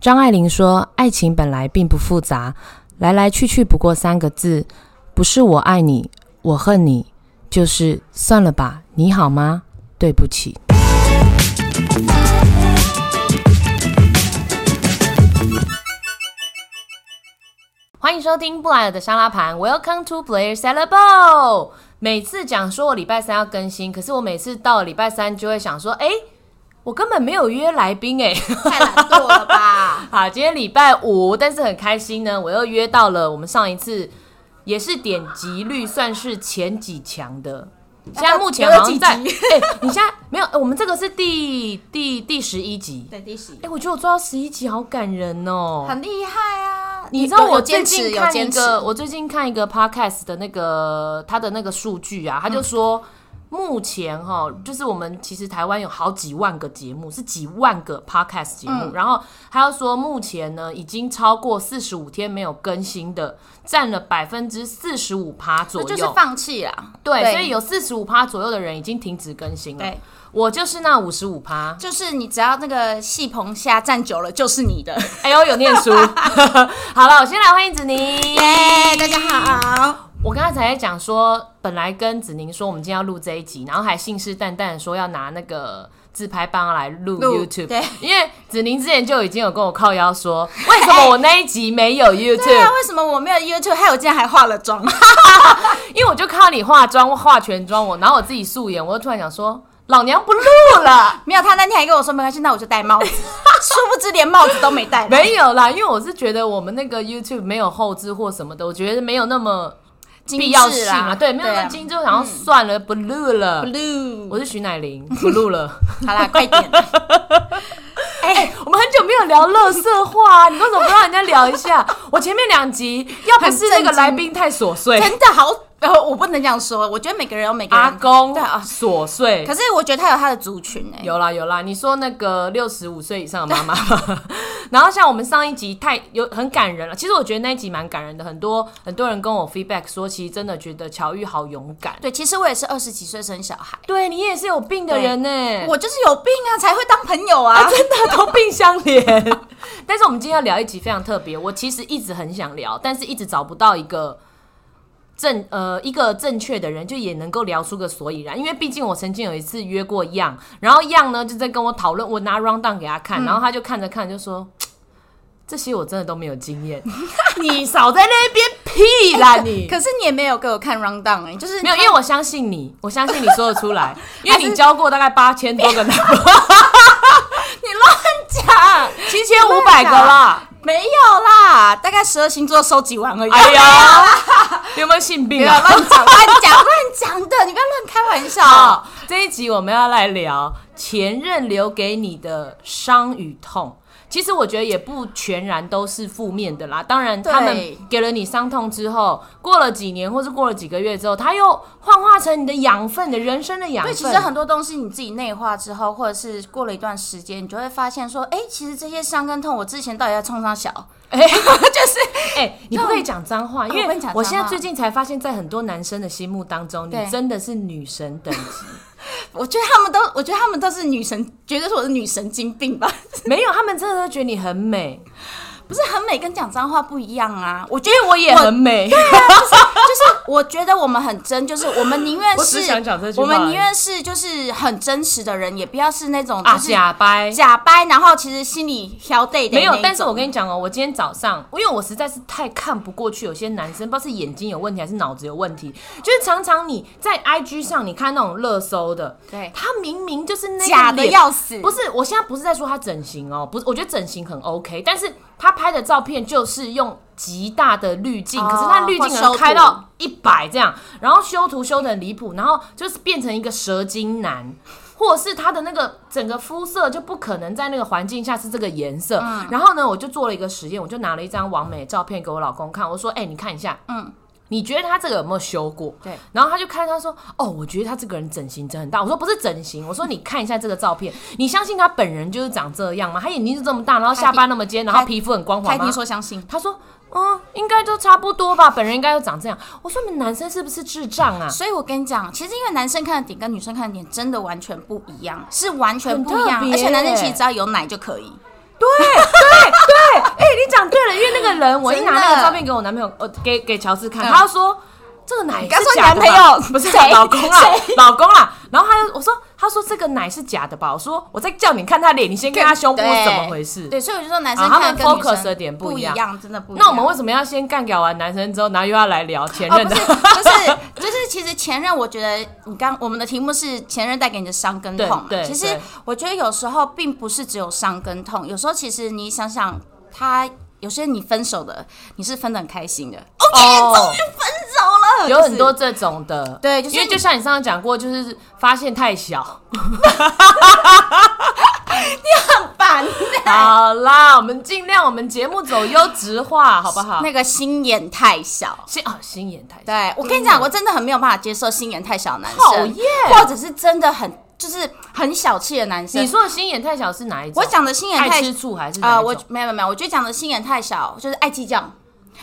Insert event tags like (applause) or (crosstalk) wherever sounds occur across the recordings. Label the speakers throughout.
Speaker 1: 张爱玲说：“爱情本来并不复杂，来来去去不过三个字，不是我爱你，我恨你，就是算了吧，你好吗？对不起。”欢迎收听布莱尔的沙拉盘，Welcome to Player Salad Bowl。每次讲说我礼拜三要更新，可是我每次到了礼拜三就会想说，哎，我根本没有约来宾哎、
Speaker 2: 太懒惰了吧？
Speaker 1: 好，今天礼拜五，但是很开心呢，我又约到了我们上一次也是点击率算是前几强的。现在目前好像在， (laughs) 哎、
Speaker 2: 啊有几集
Speaker 1: 你现在没有、哎我们这个是第第第十一集。
Speaker 2: (laughs) 对，第十一
Speaker 1: 哎、，我觉得我做到十一集好感人哦、
Speaker 2: 很厉害啊！
Speaker 1: 你知道我最
Speaker 2: 坚持
Speaker 1: 近
Speaker 2: 有
Speaker 1: 看一
Speaker 2: 坚持，
Speaker 1: 个，我最近看一个 podcast 的那个他的那个数据啊，他
Speaker 2: 嗯
Speaker 1: 就说。目前哈，就是我们其实台湾有好几万个节目，是几万个 podcast 节
Speaker 2: 嗯
Speaker 1: 目。然后他要说，目前呢已经超过四十五天没有更新的，占了百分之四十五趴左
Speaker 2: 这
Speaker 1: 右。
Speaker 2: 就是放弃啦。
Speaker 1: 对，所以有四十五趴左右的人已经停止更新了
Speaker 2: 对。，
Speaker 1: 我就是那五十五趴。
Speaker 2: 就是你只要那个戏棚下站久了，就是你的。
Speaker 1: 哎呦，有念书。 (laughs) 好了，我先来欢迎子宁。
Speaker 2: (laughs) 耶，大家好。
Speaker 1: 我刚才才在讲说，本来跟子宁说我们今天要录这一集，然后还信誓旦旦地说要拿那个自拍棒来录
Speaker 2: 录
Speaker 1: YouTube，
Speaker 2: 对
Speaker 1: 因为子宁之前就已经有跟我靠腰说，为什么我那一集没有
Speaker 2: 对啊，
Speaker 1: YouTube？
Speaker 2: 为什么我没有 YouTube？还有竟然还化了妆， (laughs)
Speaker 1: 因为我就看到你化妆化全妆，我然后我自己素颜，我就突然想说，老娘不录了。
Speaker 2: 没有他那天还跟我说没关系，那我就戴帽 (laughs) 子。殊不知连帽子都没戴，
Speaker 1: 没有啦，因为我是觉得我们那个 YouTube 没有后置或什么的，我觉得没有那么
Speaker 2: 精致
Speaker 1: 必要性
Speaker 2: 啦嗯
Speaker 1: 啊，对，没有那么精致，然后算了，不录了。
Speaker 2: Blue，
Speaker 1: 我是徐乃麟，不录了。
Speaker 2: 好 (laughs) 啦，快点。哎、 (laughs)
Speaker 1: 我们很久没有聊乐色话、啊，你为什么不让人家聊一 (laughs) 下？我前面两集要不是那个来宾太琐碎，
Speaker 2: 真的好，呃，我不能这样说。我觉得每个人有每个人
Speaker 1: 阿公
Speaker 2: 对啊，
Speaker 1: 琐碎
Speaker 2: 可。是我觉得他有他的族群哎、
Speaker 1: 有啦有啦，你说那个六十五岁以上的妈妈吧， (laughs) 然后像我们上一集太有很感人了，其实我觉得那一集蛮感人的，很多很多人跟我 feedback 说，其实真的觉得乔玉好勇敢。
Speaker 2: 对，其实我也是二十几岁生小孩，
Speaker 1: 对你也是有病的人呢、
Speaker 2: 我就是有病啊，才会当朋友啊。
Speaker 1: 真的同病相怜。 (laughs) 但是我们今天要聊一集非常特别，我其实一直很想聊，但是一直找不到一个正呃一个正确的人，就也能够聊出个所以然。因为毕竟我曾经有一次约过样，然后样呢就在跟我讨论，我拿 round down 给他看，然后他就看着看着就说。这些我真的都没有经验， (laughs) 你少在那边屁
Speaker 2: (laughs)
Speaker 1: 啦你！
Speaker 2: 可是你也没有给我看 round down 哎、就
Speaker 1: (laughs)
Speaker 2: 是
Speaker 1: 没有，因为我相信你，我相信你说得出
Speaker 2: (laughs)
Speaker 1: 来，因为你交过大概八千多个男朋友，
Speaker 2: 你乱
Speaker 1: (laughs)
Speaker 2: 讲，
Speaker 1: 七千五百个啦。
Speaker 2: 没有啦，大概十二星座收集完而已。
Speaker 1: 哎呀，你有没有性
Speaker 2: 不
Speaker 1: 病
Speaker 2: 要
Speaker 1: 啊？
Speaker 2: 乱讲，乱讲，乱讲的，你不要乱开玩
Speaker 1: (laughs)
Speaker 2: 笑。
Speaker 1: 好，这一集我们要来聊前任留给你的伤与痛。其实我觉得也不全然都是负面的啦，当然
Speaker 2: 对
Speaker 1: 他们给了你伤痛之后，过了几年或是过了几个月之后，他又幻化成你的养分，你的人生的养
Speaker 2: 对，
Speaker 1: 分。
Speaker 2: 其实很多东西你自己内化之后，或者是过了一段时间，你就会发现说，哎、其实这些伤跟痛，我之前到底在冲上小，
Speaker 1: (laughs) 哎
Speaker 2: 就是
Speaker 1: 哎、你不可以讲脏话，因
Speaker 2: 我不
Speaker 1: 为
Speaker 2: 能讲脏话
Speaker 1: 我现在最近才发现，在很多男生的心目当中，
Speaker 2: 对
Speaker 1: 你真的是女神等级。
Speaker 2: 我觉得他们都，我觉得他们都是女神，觉得是我是女神经病吧。 (laughs)
Speaker 1: 没有，他们真的都觉得你很美，
Speaker 2: 不是很美，跟讲脏话不一样啊。我觉
Speaker 1: 因为我也
Speaker 2: 我啊
Speaker 1: 很美。 (laughs)
Speaker 2: 得就是，我觉得我们很真，就是我们宁愿
Speaker 1: 我只
Speaker 2: 是，
Speaker 1: 想讲这句话
Speaker 2: 我们宁愿是就是很真实的人，也不要是那种
Speaker 1: 啊，
Speaker 2: 就是
Speaker 1: 假掰。
Speaker 2: 假掰，然后其实心里挑 day 的
Speaker 1: 没有
Speaker 2: 那，一
Speaker 1: 但是
Speaker 2: 种
Speaker 1: 我跟你讲哦、我今天早上，因为我实在是太看不过去，有些男生不知道是眼睛有问题还是脑子有问题，就是常常你在 IG 上你看那种热搜的， (laughs)
Speaker 2: 对
Speaker 1: 他明明就是那个
Speaker 2: 假的
Speaker 1: 脸
Speaker 2: 要死，
Speaker 1: 不是，我现在不是在说他整形哦，不是，我觉得整形很 OK，但是他拍的照片就是用极大的滤镜，
Speaker 2: 哦
Speaker 1: 可是他滤镜可能
Speaker 2: 或修图
Speaker 1: 开到一百这样，然后修图修的很离谱，然后就是变成一个蛇精
Speaker 2: (laughs)
Speaker 1: 男。或者是他的那个整个肤色就不可能在那个环境下是这个颜色。
Speaker 2: 嗯
Speaker 1: 然后呢，我就做了一个实验，我就拿了一张完美的照片给我老公看，我说：“哎、你看一下，
Speaker 2: 嗯，
Speaker 1: 你觉得他这个有没有修过？
Speaker 2: 对。
Speaker 1: 然后他就看他说，哦，我觉得他这个人整形真的很大。我说不是整形，我说你看一下这个照片， (laughs) 你相信他本人就是长这样吗？他眼睛是这么大，然后下巴那么尖，然后皮肤很光滑
Speaker 2: 开
Speaker 1: 吗
Speaker 2: 庭？说相信。
Speaker 1: 他说，嗯，应该都差不多吧，本人应该就长这样。我说你们男生是不是智障啊？
Speaker 2: 所以我跟你讲，其实因为男生看的点跟女生看的点真的完全不一样，是完全不一样
Speaker 1: 很特，别
Speaker 2: 而且男生其实只要有奶就可以。
Speaker 1: 对对对，
Speaker 2: (laughs)
Speaker 1: 人，我一拿
Speaker 2: 真的
Speaker 1: 那个照片给我男朋友，呃，给给乔治看，
Speaker 2: 嗯
Speaker 1: 他就说这个奶
Speaker 2: 刚
Speaker 1: 是
Speaker 2: 说
Speaker 1: 假的吧
Speaker 2: 男朋友
Speaker 1: 不是
Speaker 2: 谁
Speaker 1: 老公啦
Speaker 2: 谁，
Speaker 1: 老公啦。然后他就我说，他说这个奶是假的吧？我说我在叫你看他脸，你先看他啊胸部
Speaker 2: 对
Speaker 1: 是怎么回事？
Speaker 2: 对，所以我就说男
Speaker 1: 啊
Speaker 2: 生
Speaker 1: 他
Speaker 2: 看
Speaker 1: 们
Speaker 2: 跟女
Speaker 1: focus
Speaker 2: 生
Speaker 1: 的点不
Speaker 2: 不
Speaker 1: 一
Speaker 2: 一
Speaker 1: 样
Speaker 2: 样，真的不一样。
Speaker 1: 那我们为什么要先干掉完男生之后，然后又要来聊前
Speaker 2: 哦，
Speaker 1: 任
Speaker 2: 不
Speaker 1: 的？
Speaker 2: 是，
Speaker 1: (laughs)
Speaker 2: 就是就是，其实前任，我觉得你刚我们的题目是前任带给你的伤跟痛嘛。
Speaker 1: 对对
Speaker 2: 其实
Speaker 1: 对
Speaker 2: 我觉得有时候并不是只有伤跟痛，有时候其实你想想，他有些你分手的，你是分的很开心的，哦，
Speaker 1: 哦，
Speaker 2: 分手了，
Speaker 1: 有很多
Speaker 2: 就是
Speaker 1: 这种的，
Speaker 2: 对就是
Speaker 1: 因为就像你上次讲过，就是发现太小。
Speaker 2: 烦。
Speaker 1: 好啦，我们尽量我们节目走优质化，好不 (laughs) 好？
Speaker 2: 那个心眼太小。
Speaker 1: 心啊，心眼太小，
Speaker 2: 对我跟你讲，我真的很没有办法接受心眼太小的男生，
Speaker 1: 讨厌
Speaker 2: 或者是真的很就是很小气的男生
Speaker 1: 你。说的心眼太小是哪一种？
Speaker 2: 我讲的心眼太
Speaker 1: 爱吃醋还是
Speaker 2: 啊、
Speaker 1: 哪一
Speaker 2: 我
Speaker 1: 种？
Speaker 2: 没有没有没有，我就讲的心眼太小，就是爱计较，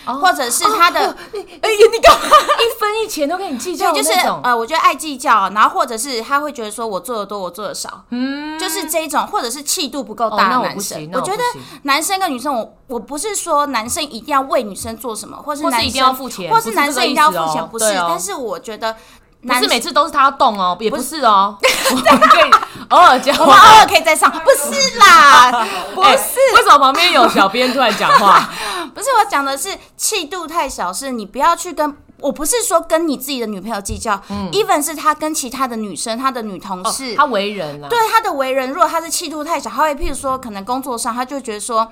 Speaker 1: 哦
Speaker 2: 或者是他的、
Speaker 1: 哎呀， (laughs) 你干嘛？一分一钱都跟你计较
Speaker 2: 对，
Speaker 1: 的
Speaker 2: (laughs) 就是
Speaker 1: 那种，
Speaker 2: 呃，我觉得爱计较，然后或者是他会觉得说我做的多，我做的少，嗯，就是这一种，或者是气度不够
Speaker 1: 哦
Speaker 2: 大
Speaker 1: 那
Speaker 2: 的
Speaker 1: 我
Speaker 2: 男
Speaker 1: 不
Speaker 2: 生，
Speaker 1: 行那
Speaker 2: 我
Speaker 1: 我
Speaker 2: 觉
Speaker 1: 不
Speaker 2: 得
Speaker 1: 行
Speaker 2: 男生跟女生，我我不是说男生一定要为女生做什么，或是
Speaker 1: 或是
Speaker 2: 男生
Speaker 1: 一定要付钱
Speaker 2: 或
Speaker 1: 不
Speaker 2: 是
Speaker 1: 是
Speaker 2: 男
Speaker 1: 这
Speaker 2: 生
Speaker 1: 个
Speaker 2: 一
Speaker 1: 意
Speaker 2: 定要
Speaker 1: 思
Speaker 2: 付
Speaker 1: 哦
Speaker 2: 钱，不是
Speaker 1: 对，哦
Speaker 2: 但是我觉得
Speaker 1: 不
Speaker 2: 男
Speaker 1: 是
Speaker 2: 生
Speaker 1: 每次都是他要动哦，也不是哦，
Speaker 2: (laughs)
Speaker 1: 我们可以偶尔交
Speaker 2: 我们偶尔哦可以再上，不是
Speaker 1: (laughs)
Speaker 2: 啦，不
Speaker 1: 哎
Speaker 2: 是，
Speaker 1: 为什么旁边有小编突然讲
Speaker 2: (laughs)
Speaker 1: 话？
Speaker 2: 不是我讲的是气度太小，是你不要去跟。我不是说跟你自己的女朋友计较、e
Speaker 1: 嗯
Speaker 2: v e n 是他跟其他的女生，他的女同事，
Speaker 1: 他为人啊，
Speaker 2: 对他的为人，如果他是气度太小，他会譬如说，可能工作上他就会觉得说，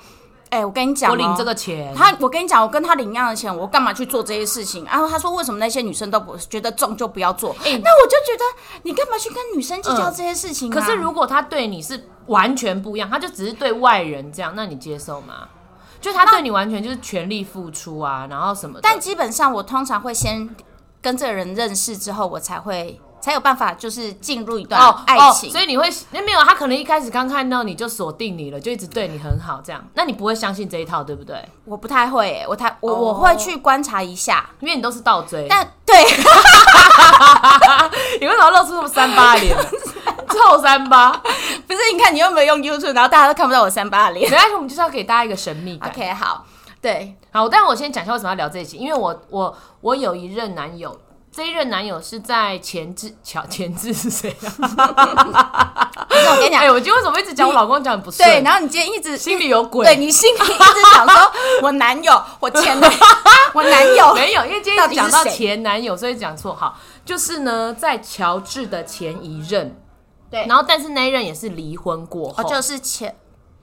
Speaker 2: 哎、我跟你讲、哦，
Speaker 1: 我领这个钱，
Speaker 2: 他，我跟你讲，我跟他领一样的钱，我干嘛去做这些事情？啊然后他说，为什么那些女生都不觉得重就不要做？
Speaker 1: 哎
Speaker 2: 那我就觉得你干嘛去跟女生计较
Speaker 1: 嗯
Speaker 2: 这些事情、啊
Speaker 1: 可是如果他对你是完全不一样，他就只是对外人这样，那你接受吗？就他对你完全就是全力付出啊，然后什么的？
Speaker 2: 但基本上我通常会先跟这个人认识之后，我才会才有办法就是进入一段爱情。
Speaker 1: 哦，所以你会那没有他可能一开始刚看到你就锁定你了，就一直对你很好这样，那你不会相信这一套对不对？
Speaker 2: 我不太会欸、我太我、
Speaker 1: 哦
Speaker 2: 我会去观察一下，
Speaker 1: 因为你都是倒追，
Speaker 2: 但 (laughs) 对
Speaker 1: (laughs) 你为什么要露出那么三八
Speaker 2: (laughs)
Speaker 1: 的脸？臭三八，
Speaker 2: 不是你看你又没有用 YouTube，然后大家都看不到我三八脸
Speaker 1: 没。关系，我们就是要给大家一个神秘感。
Speaker 2: OK，好，对，
Speaker 1: 好，但我先讲一下为什么要聊这一集，因为我我我有一任男友，这一任男友是在前置乔前置是谁
Speaker 2: (laughs)
Speaker 1: 啊？
Speaker 2: 不是我跟你
Speaker 1: 哎、
Speaker 2: 讲，
Speaker 1: 我今天为什么一直讲我老公讲很不顺？
Speaker 2: (laughs) 对，然后你今天一 (laughs) 直
Speaker 1: 心里有鬼。
Speaker 2: 对你心里一直想说， (laughs) 我男友，我前 (laughs) 男友，我男友，
Speaker 1: 没有，因为今
Speaker 2: 哦到
Speaker 1: 天
Speaker 2: 底是
Speaker 1: 讲到
Speaker 2: 谁
Speaker 1: 前男友，所以讲错。好，就是呢，在乔治的前一任，
Speaker 2: 对
Speaker 1: 然后但是那一任也是离婚过后，
Speaker 2: 哦，就是前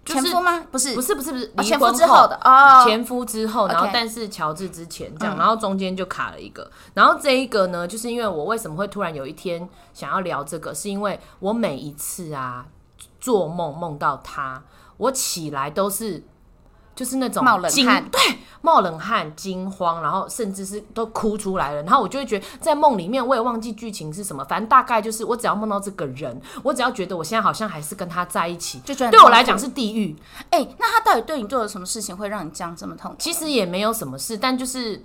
Speaker 1: 就是
Speaker 2: 前夫吗？不是，
Speaker 1: 不是不是不是
Speaker 2: 哦，
Speaker 1: 离
Speaker 2: 前夫
Speaker 1: 婚
Speaker 2: 之后的哦，
Speaker 1: 前夫之后，然后
Speaker 2: OK 嗯
Speaker 1: 但是乔治之前这样，然后中间就卡了一个。然后这一个呢，就是因为我为什么会突然有一天想要聊这个，是因为我每一次啊做梦梦到他，我起来都是就是那种
Speaker 2: 冒冷
Speaker 1: 惊
Speaker 2: 汗
Speaker 1: 对，冒冷汗、惊慌，然后甚至是都哭出来了。然后我就会觉得在梦里面，我也忘记剧情是什么，反正大概就是我只要梦到这个人，我只要觉得我现在好像还是跟他在一起，
Speaker 2: 就觉得很
Speaker 1: 对我来
Speaker 2: 痛
Speaker 1: 讲是地狱。
Speaker 2: 哎、那他到底对你做了什么事情，会让你这样这么痛苦？
Speaker 1: 其实也没有什么事，但就是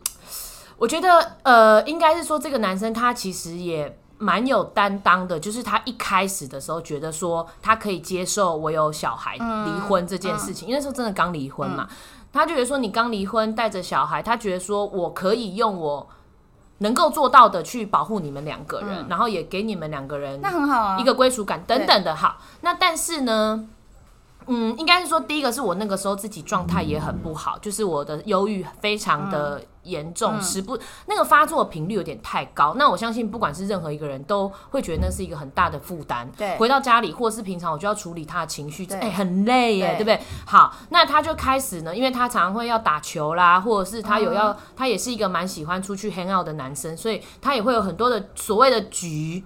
Speaker 1: 我觉得呃，应该是说这个男生他其实也蛮有担当的，就是他一开始的时候觉得说他可以接受我有小孩离婚这件事情，因为那时候真的刚离婚嘛，他就觉得说你刚离婚带着小孩，他觉得说我可以用我。能够做到的去保护你们两个人，然后也给你们两个人
Speaker 2: 那很好啊，
Speaker 1: 一个归属感等等的。好，那但是呢，嗯，应该是说第一个是我那个时候自己状态也很不好，
Speaker 2: 嗯
Speaker 1: 就是我的忧郁非常的严重，时不那个发作频率有点太高。那我相信不管是任何一个人都会觉得那是一个很大的负担。
Speaker 2: 对
Speaker 1: 回到家里或是平常我就要处理他的情绪，
Speaker 2: 对
Speaker 1: 哎、很累耶，
Speaker 2: 对
Speaker 1: 对不对？好，那他就开始呢，因为他常常会要打球啦，或者是他有
Speaker 2: 嗯
Speaker 1: 要，他也是一个蛮喜欢出去 hang out 的男生，所以他也会有很多的所谓的局，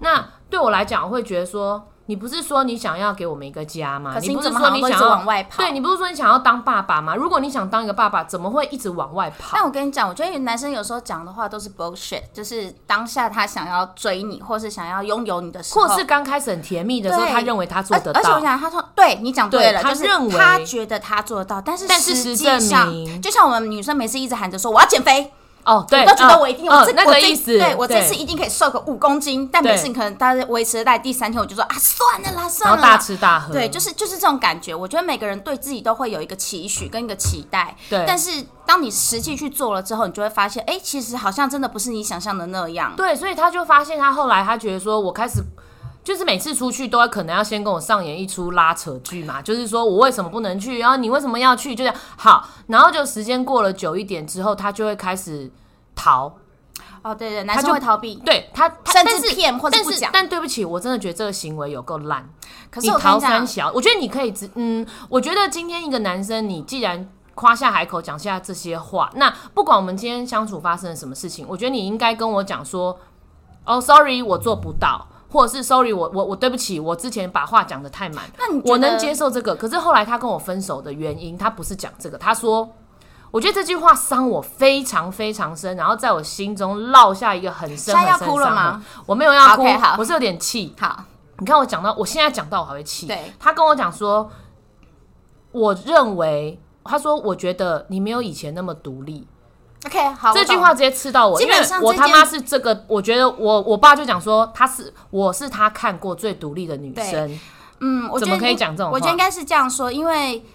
Speaker 1: 那对我来讲，我会觉得说，你不是说你想要给我们一个家吗？
Speaker 2: 可
Speaker 1: 啊
Speaker 2: 是
Speaker 1: 你
Speaker 2: 你
Speaker 1: 不
Speaker 2: 怎
Speaker 1: 是
Speaker 2: 么好
Speaker 1: 说你
Speaker 2: 像都一
Speaker 1: 想
Speaker 2: 直
Speaker 1: 要
Speaker 2: 往外跑？
Speaker 1: 对你不是说你想要当爸爸吗？如果你想当一个爸爸，怎么会一直往外跑？
Speaker 2: 但我跟你讲，我觉得男生有时候讲的话都是 bullshit，就是当下他想要追你，或是想要拥有你的时候，
Speaker 1: 或是刚开始很甜蜜的时候，
Speaker 2: 对
Speaker 1: 他认为他做
Speaker 2: 而
Speaker 1: 得
Speaker 2: 而且我
Speaker 1: 到，
Speaker 2: 想他说，对你讲对
Speaker 1: 对
Speaker 2: 了，
Speaker 1: 他
Speaker 2: 就是
Speaker 1: 认为
Speaker 2: 他觉得他做得到，但是
Speaker 1: 但是
Speaker 2: 实
Speaker 1: 实
Speaker 2: 际
Speaker 1: 证
Speaker 2: 上，
Speaker 1: 明
Speaker 2: 就像我们女生每次一直喊着说我要减肥，
Speaker 1: 哦，对，
Speaker 2: 我都觉
Speaker 1: 嗯
Speaker 2: 得我一定，
Speaker 1: 嗯
Speaker 2: 我这、
Speaker 1: 那
Speaker 2: 我
Speaker 1: 个
Speaker 2: 这
Speaker 1: 意思，
Speaker 2: 对我这次一定可以瘦个五公斤，但每次
Speaker 1: 对
Speaker 2: 可能大概维持在第三天，我就说啊，算了啦，算
Speaker 1: 然
Speaker 2: 了
Speaker 1: 后
Speaker 2: 啦，
Speaker 1: 大吃大喝，
Speaker 2: 对，就是就是这种感觉。我觉得每个人对自己都会有一个期许跟一个期待，
Speaker 1: 对
Speaker 2: 但是当你实际去做了之后，你就会发现，哎、其实好像真的不是你想象的那样。
Speaker 1: 对，所以他就发现他后来他觉得说，我开始就是每次出去都要可能要先跟我上演一出拉扯剧嘛，就是说我为什么不能去，然后你为什么要去，就这样好，然后就时间过了久一点之后，他就会开始逃，
Speaker 2: 哦，对对，男
Speaker 1: 他
Speaker 2: 生
Speaker 1: 就
Speaker 2: 会逃避，
Speaker 1: 对他，他
Speaker 2: 甚
Speaker 1: 但
Speaker 2: 至
Speaker 1: 是
Speaker 2: 骗或者
Speaker 1: 但
Speaker 2: 不
Speaker 1: 是
Speaker 2: 讲
Speaker 1: 但对不起，我真的觉得这个行为有够烂。
Speaker 2: 可
Speaker 1: 你
Speaker 2: 是我跟
Speaker 1: 逃
Speaker 2: 你
Speaker 1: 三
Speaker 2: 讲，
Speaker 1: 小，我觉得你可以直，嗯，我觉得今天一个男生，你既然夸下海口讲下这些话，那不管我们今天相处发生了什么事情，我觉得你应该跟我讲说，哦，sorry，我做不到，或者是 sorry，我我我对不起，我之前把话讲的太满，
Speaker 2: 那你觉得
Speaker 1: 我能接受这个。可是后来他跟我分手的原因，他不是讲这个，他说。我觉得这句话伤我非常非常深，然后在我心中烙下一个很深
Speaker 2: 现
Speaker 1: 很
Speaker 2: 在要
Speaker 1: 深的
Speaker 2: 哭了
Speaker 1: 伤
Speaker 2: 吗
Speaker 1: 痕？我没有要哭
Speaker 2: OK，好
Speaker 1: 我是有点气。
Speaker 2: 好，
Speaker 1: 你看我讲到，我现在讲到我还会气。
Speaker 2: 对，
Speaker 1: 他跟我讲说，我认为，他说我觉得你没有以前那么独立。
Speaker 2: OK，好，
Speaker 1: 这
Speaker 2: 我
Speaker 1: 句
Speaker 2: 懂
Speaker 1: 话直接吃到我，
Speaker 2: 基
Speaker 1: 因为
Speaker 2: 本上
Speaker 1: 我
Speaker 2: 这
Speaker 1: 他
Speaker 2: 件
Speaker 1: 妈是这个，我觉得我我爸就讲说他是我是他看过最独立的女生，
Speaker 2: 嗯，我
Speaker 1: 怎
Speaker 2: 觉
Speaker 1: 么
Speaker 2: 得
Speaker 1: 可以
Speaker 2: 应
Speaker 1: 讲这种
Speaker 2: 我觉得
Speaker 1: 话
Speaker 2: 应该是这样说，因为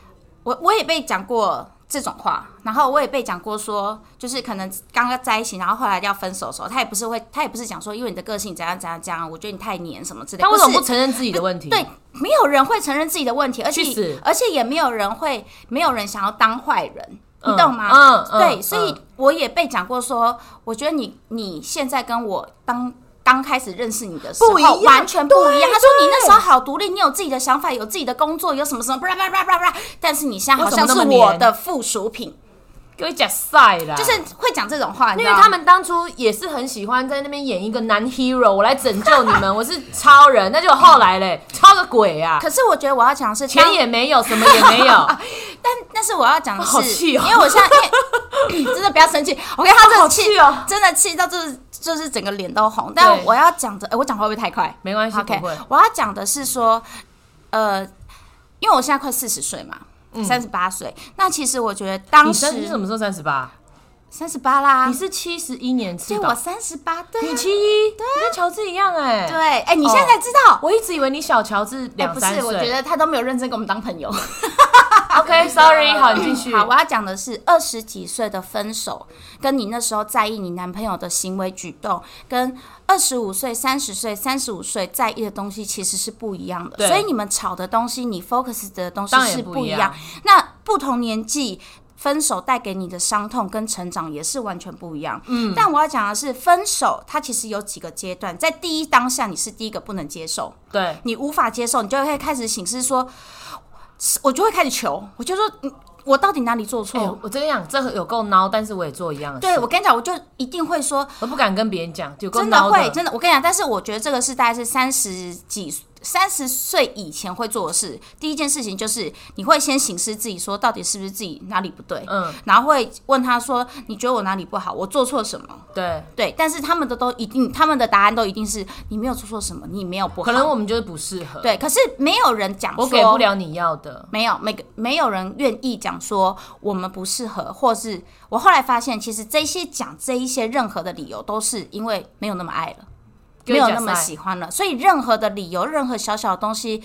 Speaker 2: 我我也被讲过这种话，然后我也被讲过说，就是可能刚刚在一起，然后后来要分手的时候，他也不是会，他也不是讲说，因为你的个性怎样怎样怎样，我觉得你太黏什么之类的。
Speaker 1: 他为什么
Speaker 2: 是
Speaker 1: 不承认自己的问题？
Speaker 2: 对，没有人会承认自己的问题，而且
Speaker 1: 去死
Speaker 2: 而且也没有人会，没有人想要当坏人，
Speaker 1: 嗯
Speaker 2: 你懂吗？
Speaker 1: 嗯嗯
Speaker 2: 对，
Speaker 1: 嗯
Speaker 2: 所以我也被讲过说，我觉得你你现在跟我当。刚开始认识你的时候
Speaker 1: 不一样
Speaker 2: 完全不一
Speaker 1: 对
Speaker 2: 样。他说你那时候好独立，你有自己的想法，有自己的工作，有什么什么，巴拉巴拉巴拉巴拉。但是你现在好像
Speaker 1: 为什
Speaker 2: 是
Speaker 1: 么那么黏
Speaker 2: 我的附属品，
Speaker 1: 给我讲晒啦，
Speaker 2: 就是会讲这种话，你
Speaker 1: 因为
Speaker 2: 知道吗
Speaker 1: 他们当初也是很喜欢在那边演一个男 hero，我来拯救你 (laughs) 们，我是超人，那就后来嘞， (laughs) 超个鬼啊，
Speaker 2: 可是我觉得我要讲的是当，
Speaker 1: 钱也没有，什么也没 (laughs) 有，
Speaker 2: (laughs) 但但是我要讲的
Speaker 1: 好
Speaker 2: 是，
Speaker 1: 气哦
Speaker 2: 因为我现在因为 (coughs) 真的不要生气，我跟他真
Speaker 1: 好
Speaker 2: 的气
Speaker 1: 气哦
Speaker 2: 真的气到就是就是整个脸都红。但
Speaker 1: 对
Speaker 2: 我要讲的，哎、我讲话会不会太快
Speaker 1: 没关系，不
Speaker 2: ？OK，
Speaker 1: 会。
Speaker 2: 我要讲的是说，呃，因为我现在快四十岁嘛，三十八岁。那其实我觉得当
Speaker 1: 嗯你三你什
Speaker 2: 时
Speaker 1: 么时候三十八？
Speaker 2: 三十八啦
Speaker 1: 你，是七十一年
Speaker 2: 所
Speaker 1: 次
Speaker 2: 以我
Speaker 1: 吧？
Speaker 2: 三十八，对
Speaker 1: 你
Speaker 2: 啊
Speaker 1: 七一，你跟乔治一样哎、
Speaker 2: 对，哎、你现在
Speaker 1: 哦
Speaker 2: 才知道。
Speaker 1: 我一直以为你小乔治
Speaker 2: 哎
Speaker 1: 两
Speaker 2: 不
Speaker 1: 三
Speaker 2: 是，我
Speaker 1: (laughs)
Speaker 2: 觉
Speaker 1: 岁。
Speaker 2: 得他都没有认真跟我们当朋友。
Speaker 1: OK，Sorry，、好，你继续。
Speaker 2: 哦嗯好，我要讲的是二十几岁的分手，跟你那时候在意你男朋友的行为举动，跟二十五岁、三十岁、三十五岁在意的东西其实是不一样的。
Speaker 1: 对
Speaker 2: 所以你们吵的东西，你 focus 的东西
Speaker 1: 当然
Speaker 2: 是
Speaker 1: 也不
Speaker 2: 不
Speaker 1: 一
Speaker 2: 一
Speaker 1: 样
Speaker 2: 样。那不同年纪。分手带给你的伤痛跟成长也是完全不一样。嗯，但我要讲的是，分手它其实有几个阶段，在第一当下你是第一个不能接受，
Speaker 1: 对，
Speaker 2: 你无法接受，你就会开始醒思说，是我就会开始求，我就说，嗯我到底哪里做错？
Speaker 1: 哎、我真的讲，这有够孬，但是我也做一样的事。
Speaker 2: 哦对我跟你讲，我就一定会说，
Speaker 1: 我不敢跟别人讲，有够孬
Speaker 2: 真的会，
Speaker 1: 的
Speaker 2: 真的，我跟你讲，但是我觉得这个是大概是三十几。三十岁以前会做的事，第一件事情就是你会先醒思自己，说到底是不是自己哪里不对，
Speaker 1: 嗯，
Speaker 2: 然后会问他说，你觉得我哪里不好，我做错什么？
Speaker 1: 对，
Speaker 2: 对，但是他们的都一定，他们的答案都一定是你没有做错什么，你没有不好。
Speaker 1: 可能我们就是不适合。，
Speaker 2: 对，可是没有人讲说
Speaker 1: 我给不了你要的。
Speaker 2: 没有，每个没有人愿意讲说我们不适合，或是我后来发现，其实这些讲这一些任何的理由，都是因为没有那么爱了，
Speaker 1: 给
Speaker 2: 没
Speaker 1: 我
Speaker 2: 有
Speaker 1: 假
Speaker 2: 那么
Speaker 1: 赛
Speaker 2: 喜欢了，所以任何的理由，任何小小的东西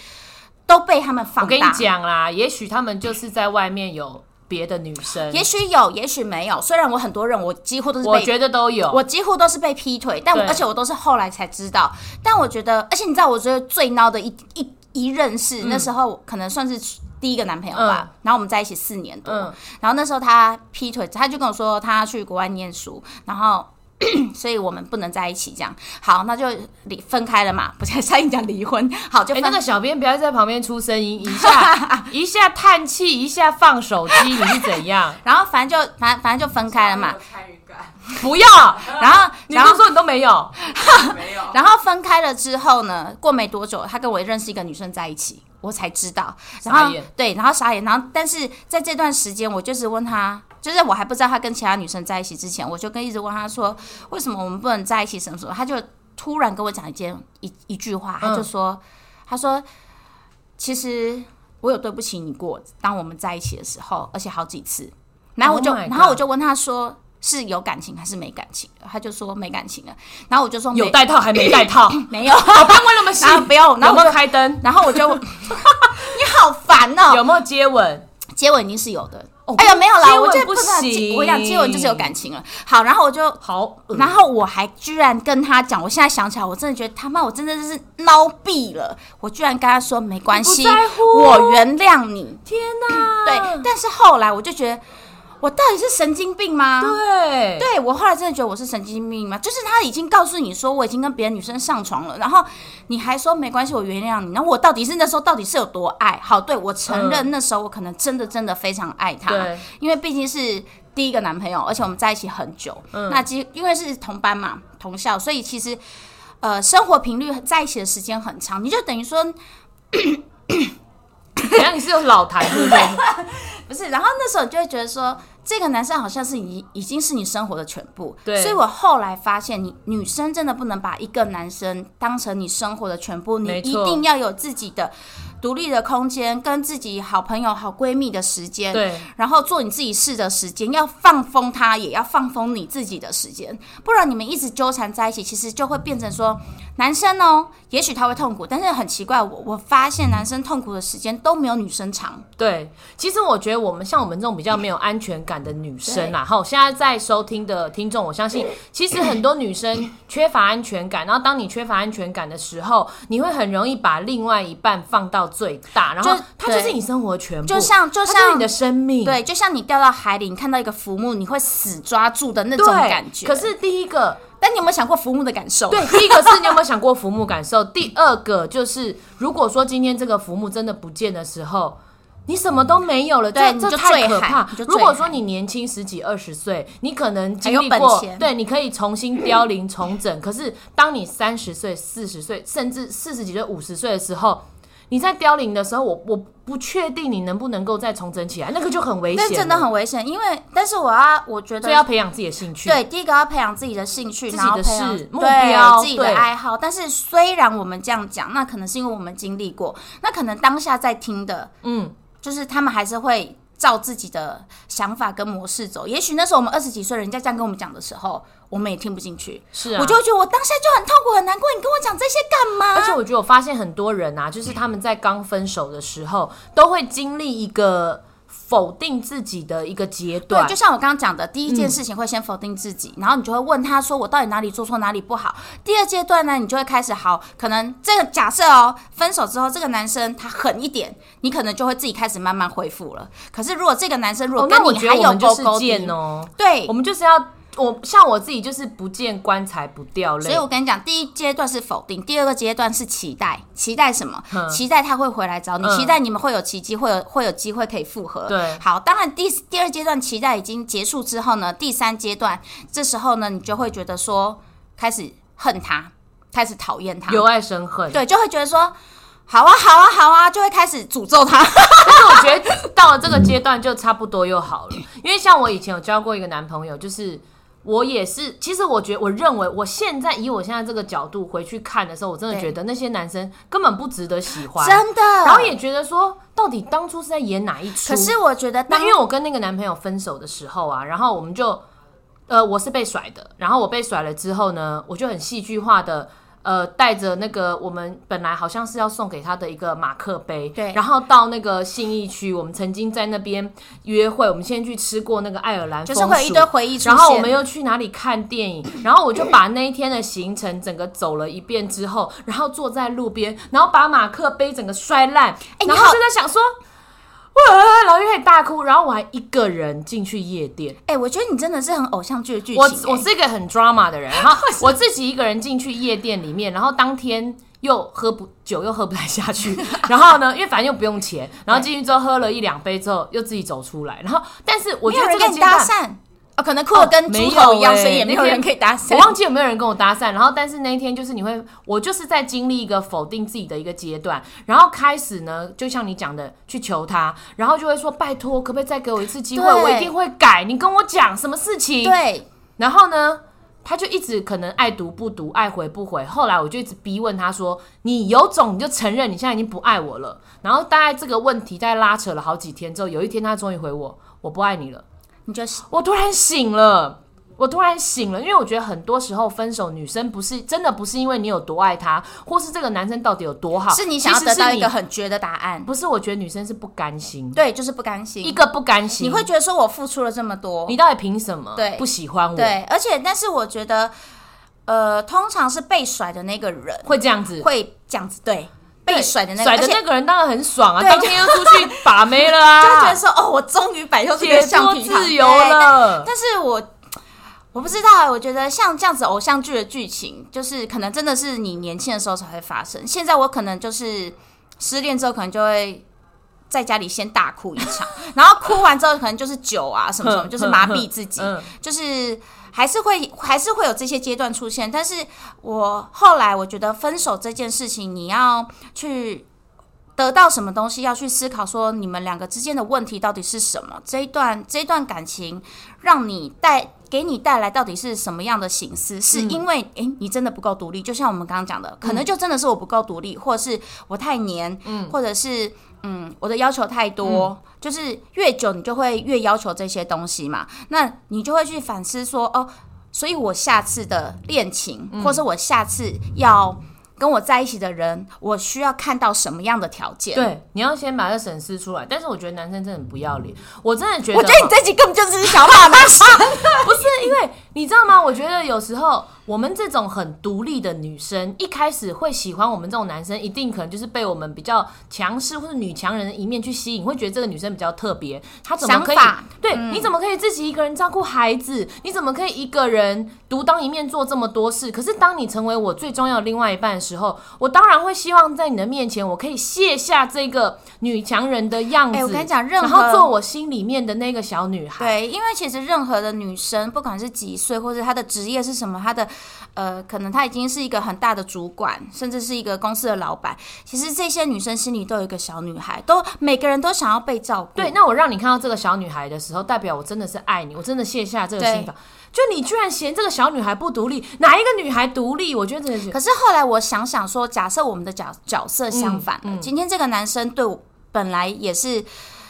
Speaker 2: 都被他们放大。
Speaker 1: 我跟你讲啦，也许他们就是在外面有别的女生，
Speaker 2: 也许有，也许没有。虽然我很多人，我几乎都是
Speaker 1: 我
Speaker 2: 被。
Speaker 1: 觉得都有。
Speaker 2: 我几乎都是被劈腿，但我
Speaker 1: 对
Speaker 2: 而且我都是后来才知道。但我觉得，而且你知道，我觉得最孬的一一一任是、
Speaker 1: 嗯
Speaker 2: 那时候可能算是第一个男朋友吧，然后我们在一起四年多，
Speaker 1: 嗯
Speaker 2: 然后那时候他劈腿，他就跟我说他去国外念书，然后。 (clears throat) 所以我们不能在一起，这样好，那就离分开了嘛，不是 (laughs) 差点讲离婚，好就
Speaker 1: 哎、
Speaker 2: 分、
Speaker 1: 那个小编不要在旁边出声音，一 (laughs) 下一下叹气，一下放手机，你是怎 (laughs) 样？
Speaker 2: 然后反正就反正反正就分开了嘛，
Speaker 3: 参与感
Speaker 1: 不要，
Speaker 2: 然后
Speaker 1: 你
Speaker 2: 然
Speaker 1: 不
Speaker 2: 后
Speaker 1: 是说你都没有，
Speaker 3: 没有。
Speaker 2: 然后分开了之后呢，过没多久，他跟我认识一个女生在一起，我才知道。然
Speaker 1: 傻
Speaker 2: 后
Speaker 1: 眼
Speaker 2: 对，然后傻眼，然后但是在这段时间，我就是问他，就是我还不知道他跟其他女生在一起之前，我就跟一直问他说，为什么我们不能在一起什么什么？他就突然跟我讲一件一一句话，
Speaker 1: 嗯
Speaker 2: 他就说，他说，其实我有对不起你过，当我们在一起的时候，而且好几次。然后我就
Speaker 1: Oh my
Speaker 2: 然后我
Speaker 1: God
Speaker 2: 就问他说，是有感情还是没感情的？他就说没感情了，然后我就说没
Speaker 1: 有戴套还没戴 (laughs) 套，
Speaker 2: 没有，
Speaker 1: 老潘为什么
Speaker 2: (laughs) 然后
Speaker 1: 洗？
Speaker 2: 不用，然
Speaker 1: 有
Speaker 2: 后
Speaker 1: 没有
Speaker 2: 我就
Speaker 1: 开灯？
Speaker 2: 然后
Speaker 1: (laughs)
Speaker 2: 我就，你好烦哦、
Speaker 1: 有没有接吻？
Speaker 2: 接吻一定是有的。
Speaker 1: 哦
Speaker 2: 哎呦，没有啦，
Speaker 1: 接吻
Speaker 2: 我这
Speaker 1: 不
Speaker 2: 知道
Speaker 1: 行嗯
Speaker 2: 我讲啊接吻就是有感情了。好，然后我就，
Speaker 1: 好恶，
Speaker 2: 然后我还居然跟他讲，我现在想起来，我真的觉得他妈，我真的是孬毙了。我居然跟他说没关系
Speaker 1: 你不在乎，嗯
Speaker 2: 我原谅你。
Speaker 1: 天哪！
Speaker 2: 对，但是后来我就觉得，我到底是神经病吗？
Speaker 1: 对
Speaker 2: 对我后来真的觉得我是神经病吗？就是他已经告诉你说我已经跟别的女生上床了，然后你还说没关系，我原谅你。那我到底是那时候到底是有多爱？好，对我承认那时候我可能真的真的非常爱他，
Speaker 1: 对
Speaker 2: 因为毕竟是第一个男朋友，而且我们在一起很久。那其因为是同班嘛，同校，所以其实呃生活频率在一起的时间很长，你就等于说
Speaker 1: 怎样？你是有老痰是不是？
Speaker 2: 不是，然后那时候你就会觉得说，这个男生好像是已已经是你生活的全部。
Speaker 1: 对
Speaker 2: 所以我后来发现你，女生真的不能把一个男生当成你生活的全部，你
Speaker 1: 没
Speaker 2: 一
Speaker 1: 错
Speaker 2: 定要有自己的独立的空间，跟自己好朋友、好闺蜜的时间。
Speaker 1: 对，
Speaker 2: 然后做你自己事的时间，要放风他，也要放风你自己的时间，不然你们一直纠缠在一起，其实就会变成说，男生哦，也许他会痛苦，但是很奇怪，我我发现男生痛苦的时间都没有女生长。
Speaker 1: 对，其实我觉得我们像我们这种比较没有安全感的女生啦，哈，现在在收听的听众，我相信 (laughs) 其实很多女生缺乏安全感，然后当你缺乏安全感的时候，你会很容易把另外一半放到最大，然后
Speaker 2: 就
Speaker 1: 他就是
Speaker 2: 对
Speaker 1: 你生活的全部，
Speaker 2: 就像就
Speaker 1: 它
Speaker 2: 像
Speaker 1: 你的生命，
Speaker 2: 对，就像你掉到海里，你看到一个浮木，你会死抓住的那种
Speaker 1: 对
Speaker 2: 感觉。
Speaker 1: 可，是第一个，
Speaker 2: 但你有没有想过浮木的感受？
Speaker 1: 对，第一个是你有没有想过浮木感受？第二个就是，如果说今天这个浮木真的不见的时候。你什么都没有了，
Speaker 2: 对
Speaker 1: 这
Speaker 2: 你
Speaker 1: 这
Speaker 2: 就
Speaker 1: 太
Speaker 2: 坠
Speaker 1: 可
Speaker 2: 海
Speaker 1: 怕
Speaker 2: 你就。坠
Speaker 1: 如果说
Speaker 2: 海
Speaker 1: 你年轻十几二十岁，你可能经
Speaker 2: 有
Speaker 1: 历
Speaker 2: 本
Speaker 1: 过
Speaker 2: 钱，
Speaker 1: 对，你可以重新凋零重整。可是当你三十岁、四十岁，甚至四十几岁、五十岁的时候，你在凋零的时候，我我不确定你能不能够再重整起来，那个就很危
Speaker 2: 那
Speaker 1: 险，
Speaker 2: 真的，很危险，因为但是我要，我觉
Speaker 1: 所以要
Speaker 2: 得。
Speaker 1: 培养自己的兴趣。
Speaker 2: 对，第一个要培养自己的兴趣，
Speaker 1: 自己
Speaker 2: 然后
Speaker 1: 的
Speaker 2: 培养
Speaker 1: 事目
Speaker 2: 对
Speaker 1: 标
Speaker 2: 自己的
Speaker 1: 对
Speaker 2: 爱好。但是虽然我们这样讲，那可能是因为我们经历过，那可能当下在听的，
Speaker 1: 嗯，
Speaker 2: 就是他们还是会照自己的想法跟模式走。也许那时候我们二十几岁，人家这样跟我们讲的时候，我们也听不进去，
Speaker 1: 是啊，
Speaker 2: 我就会觉得我当下就很痛苦、很难过。你跟我讲这些干嘛？
Speaker 1: 而且我觉得我发现很多人啊，就是他们在刚分手的时候，都会经历一个否定自己的一个阶段
Speaker 2: 对，就。像我刚刚讲的，第一件事情会先否定自己，然后你就会问他说我到底哪里做错，哪里不好。第二阶段呢，你就会开始好，可能这个假设哦，分手之后这个男生他狠一点，你可能就会自己开始慢慢恢复了。可是如果这个男生如
Speaker 1: 哦
Speaker 2: 果，
Speaker 1: 那
Speaker 2: 跟
Speaker 1: 我
Speaker 2: 你
Speaker 1: 觉
Speaker 2: 还
Speaker 1: 得我
Speaker 2: 有
Speaker 1: 们就
Speaker 2: 勾
Speaker 1: 是
Speaker 2: 勾
Speaker 1: 贱
Speaker 2: 的，
Speaker 1: 哦，
Speaker 2: 对
Speaker 1: 我。们就是要我像我自己就是不见棺材不掉
Speaker 2: 所以
Speaker 1: 泪。
Speaker 2: 我跟你讲，第一阶段是否定，第二个阶段是期待，期待什么？期待他会回来找你，
Speaker 1: 嗯
Speaker 2: 期待你们会有奇迹，会有会有机会可以复合。
Speaker 1: 对
Speaker 2: 好，当然第第二阶段期待已经结束之后呢，第三阶段这时候呢，你就会觉得说开始恨他，开始讨厌他，
Speaker 1: 由爱生恨，
Speaker 2: 对，就会觉得说好啊好啊好啊，就会开始诅咒他。
Speaker 1: 但是我觉得到了这个阶段就差不多又好了，因为像我以前有交过一个男朋友，就是我也是，其实我觉得我认为我现在以我现在这个角度回去看的时候，我真的
Speaker 2: 对
Speaker 1: 觉得那些男生根本不值得喜欢，
Speaker 2: 真的。
Speaker 1: 然后，也觉得说，到底当初是在演哪一出？
Speaker 2: 嗯可是我觉得
Speaker 1: 那
Speaker 2: 当
Speaker 1: 因为我跟那个男朋友分手的时候啊，然后我们就，呃，我是被甩的，然后我被甩了之后呢，我就很戏剧化的。呃，带着那个我们本来好像是要送给他的一个马克杯，
Speaker 2: 对
Speaker 1: 然后到那个信义区，我们曾经在那边约会，我们先去吃过那个爱尔兰
Speaker 2: 就
Speaker 1: 风
Speaker 2: 是
Speaker 1: 俗，
Speaker 2: 会有一堆回忆出现，
Speaker 1: 然后我们又去哪里看电影？然后我就把那一天的行程整个走了一遍之后，然后坐在路边，然后把马克杯整个摔烂，
Speaker 2: 哎你
Speaker 1: 然后
Speaker 2: 好
Speaker 1: 就在想说，哇，然后就开始大哭，然后我还一个人进去夜店。
Speaker 2: 哎、我觉得你真的是很偶像剧的剧情、
Speaker 1: 我
Speaker 2: 哎
Speaker 1: 我是一个很 drama 的人，然
Speaker 2: (laughs)
Speaker 1: 后我自己一个人进去夜店里面，然后当天又喝不酒又喝不太下去，然后呢，因为反正又不用钱，然后进去之后喝了一两杯之后又自己走出来，然后但是我
Speaker 2: 没
Speaker 1: 觉
Speaker 2: 有
Speaker 1: 得这
Speaker 2: 人
Speaker 1: 个阶
Speaker 2: 跟你搭
Speaker 1: 段
Speaker 2: 讪。哦，可能哭的跟猪头一样，
Speaker 1: 没有欸
Speaker 2: 所以也没有人可以搭讪
Speaker 1: 我。忘记有没有人跟我搭讪，然后但是那一天就是你会，我就是在经历一个否定自己的一个阶段，然后开始呢，就像你讲的去求他，然后就会说拜托，可不可以再给我一次机会，
Speaker 2: 对
Speaker 1: 我一定会改，你跟我讲什么事情，
Speaker 2: 对，
Speaker 1: 然后呢？他就一直可能爱读不读，爱回不回。后来我就一直逼问他说：“你有种你就承认你现在已经不爱我了。”然后大概这个问题大概拉扯了好几天之后，有一天他终于回我：“我不爱你了。”
Speaker 2: 你就是
Speaker 1: 我突然醒了，我突然醒了，因为我觉得很多时候分手，女生不是真的不是因为你有多爱他，或是这个男生到底有多好，
Speaker 2: 是你想要
Speaker 1: 其实
Speaker 2: 得
Speaker 1: 是
Speaker 2: 到一个
Speaker 1: 你
Speaker 2: 很绝的答案，
Speaker 1: 不是？我觉得女生是不甘心，
Speaker 2: 对，就是不甘心。
Speaker 1: 一个不甘心，
Speaker 2: 你会觉得说我付出了这么多，
Speaker 1: 你到底凭什么
Speaker 2: 对
Speaker 1: 不喜欢我？
Speaker 2: 对，而且但是我觉得，呃，通常是被甩的那个人
Speaker 1: 会这样子，
Speaker 2: 会这样子，对，
Speaker 1: 对
Speaker 2: 被甩的那个，
Speaker 1: 甩
Speaker 2: 而
Speaker 1: 的
Speaker 2: 且
Speaker 1: 那个人当然很爽啊，
Speaker 2: 对
Speaker 1: 当天就出去把妹了啊，
Speaker 2: 就会觉得说，哦，我终于摆脱这
Speaker 1: 解
Speaker 2: 个橡
Speaker 1: 脱
Speaker 2: 皮糖，
Speaker 1: 自由
Speaker 2: 对但
Speaker 1: 了。
Speaker 2: 但是我我不知道，欸我觉得像这样子偶像剧的剧情，就是可能真的是你年轻的时候才会发生。现在我可能就是失恋之后，可能就会在家里先大哭一场，然后哭完之后，可能就是酒啊什么什么，
Speaker 1: 哼 (laughs)
Speaker 2: 就是麻痹自己，
Speaker 1: 嗯，
Speaker 2: 就是。还是会还是会有这些阶段出现，但是我后来我觉得分手这件事情，你要去得到什么东西，要去思考说你们两个之间的问题到底是什么，这一段这一段感情让你带给你带来到底是什么样的形式？是因为诶、你真的不够独立，就像我们刚刚讲的，可能就真的是我不够独立，或者是我太黏，或者是。嗯，我的要求太多，就是越久你就会越要求这些东西嘛，那你就会去反思说，哦，所以我下次的恋情，或是我下次要跟我在一起的人，我需要看到什么样的条件？，
Speaker 1: 对，你要先把这审视出来。但是我觉得男生真的很不要脸，我真的觉得，
Speaker 2: 我觉得你这集根本就是想要骂男生。 (laughs)
Speaker 1: 不是因为你知道吗？我觉得有时候我们这种很独立的女生，一开始会喜欢我们这种男生，一定可能就是被我们比较强势或者女强人的一面去吸引，会觉得这个女生比较特别，她怎么可以
Speaker 2: 想法？嗯
Speaker 1: 对，你怎么可以自己一个人照顾孩子？你怎么可以一个人独当一面做这么多事？可是当你成为我最重要的另外一半的时候，我当然会希望在你的面前，我可以卸下这个女强人的样子。
Speaker 2: 哎我跟你讲任
Speaker 1: 然后
Speaker 2: 何
Speaker 1: 做我心里面的那个小女孩。
Speaker 2: 对，因为其实任何的女生，不管是几岁，或者她的职业是什么，她的呃，可能她已经是一个很大的主管，甚至是一个公司的老板。其实这些女生心里都有一个小女孩，都每个人都想要被照顾。
Speaker 1: 对，那我让你看到这个小女孩的时候，代表我真的是爱你，我真的卸下这个心防。就你居然嫌这个小女孩不独立，哪一个女孩独立？我觉得真的是
Speaker 2: 可是后来我想想说，假设我们的角角色相反了，
Speaker 1: 嗯
Speaker 2: 今天这个男生对我本来也是，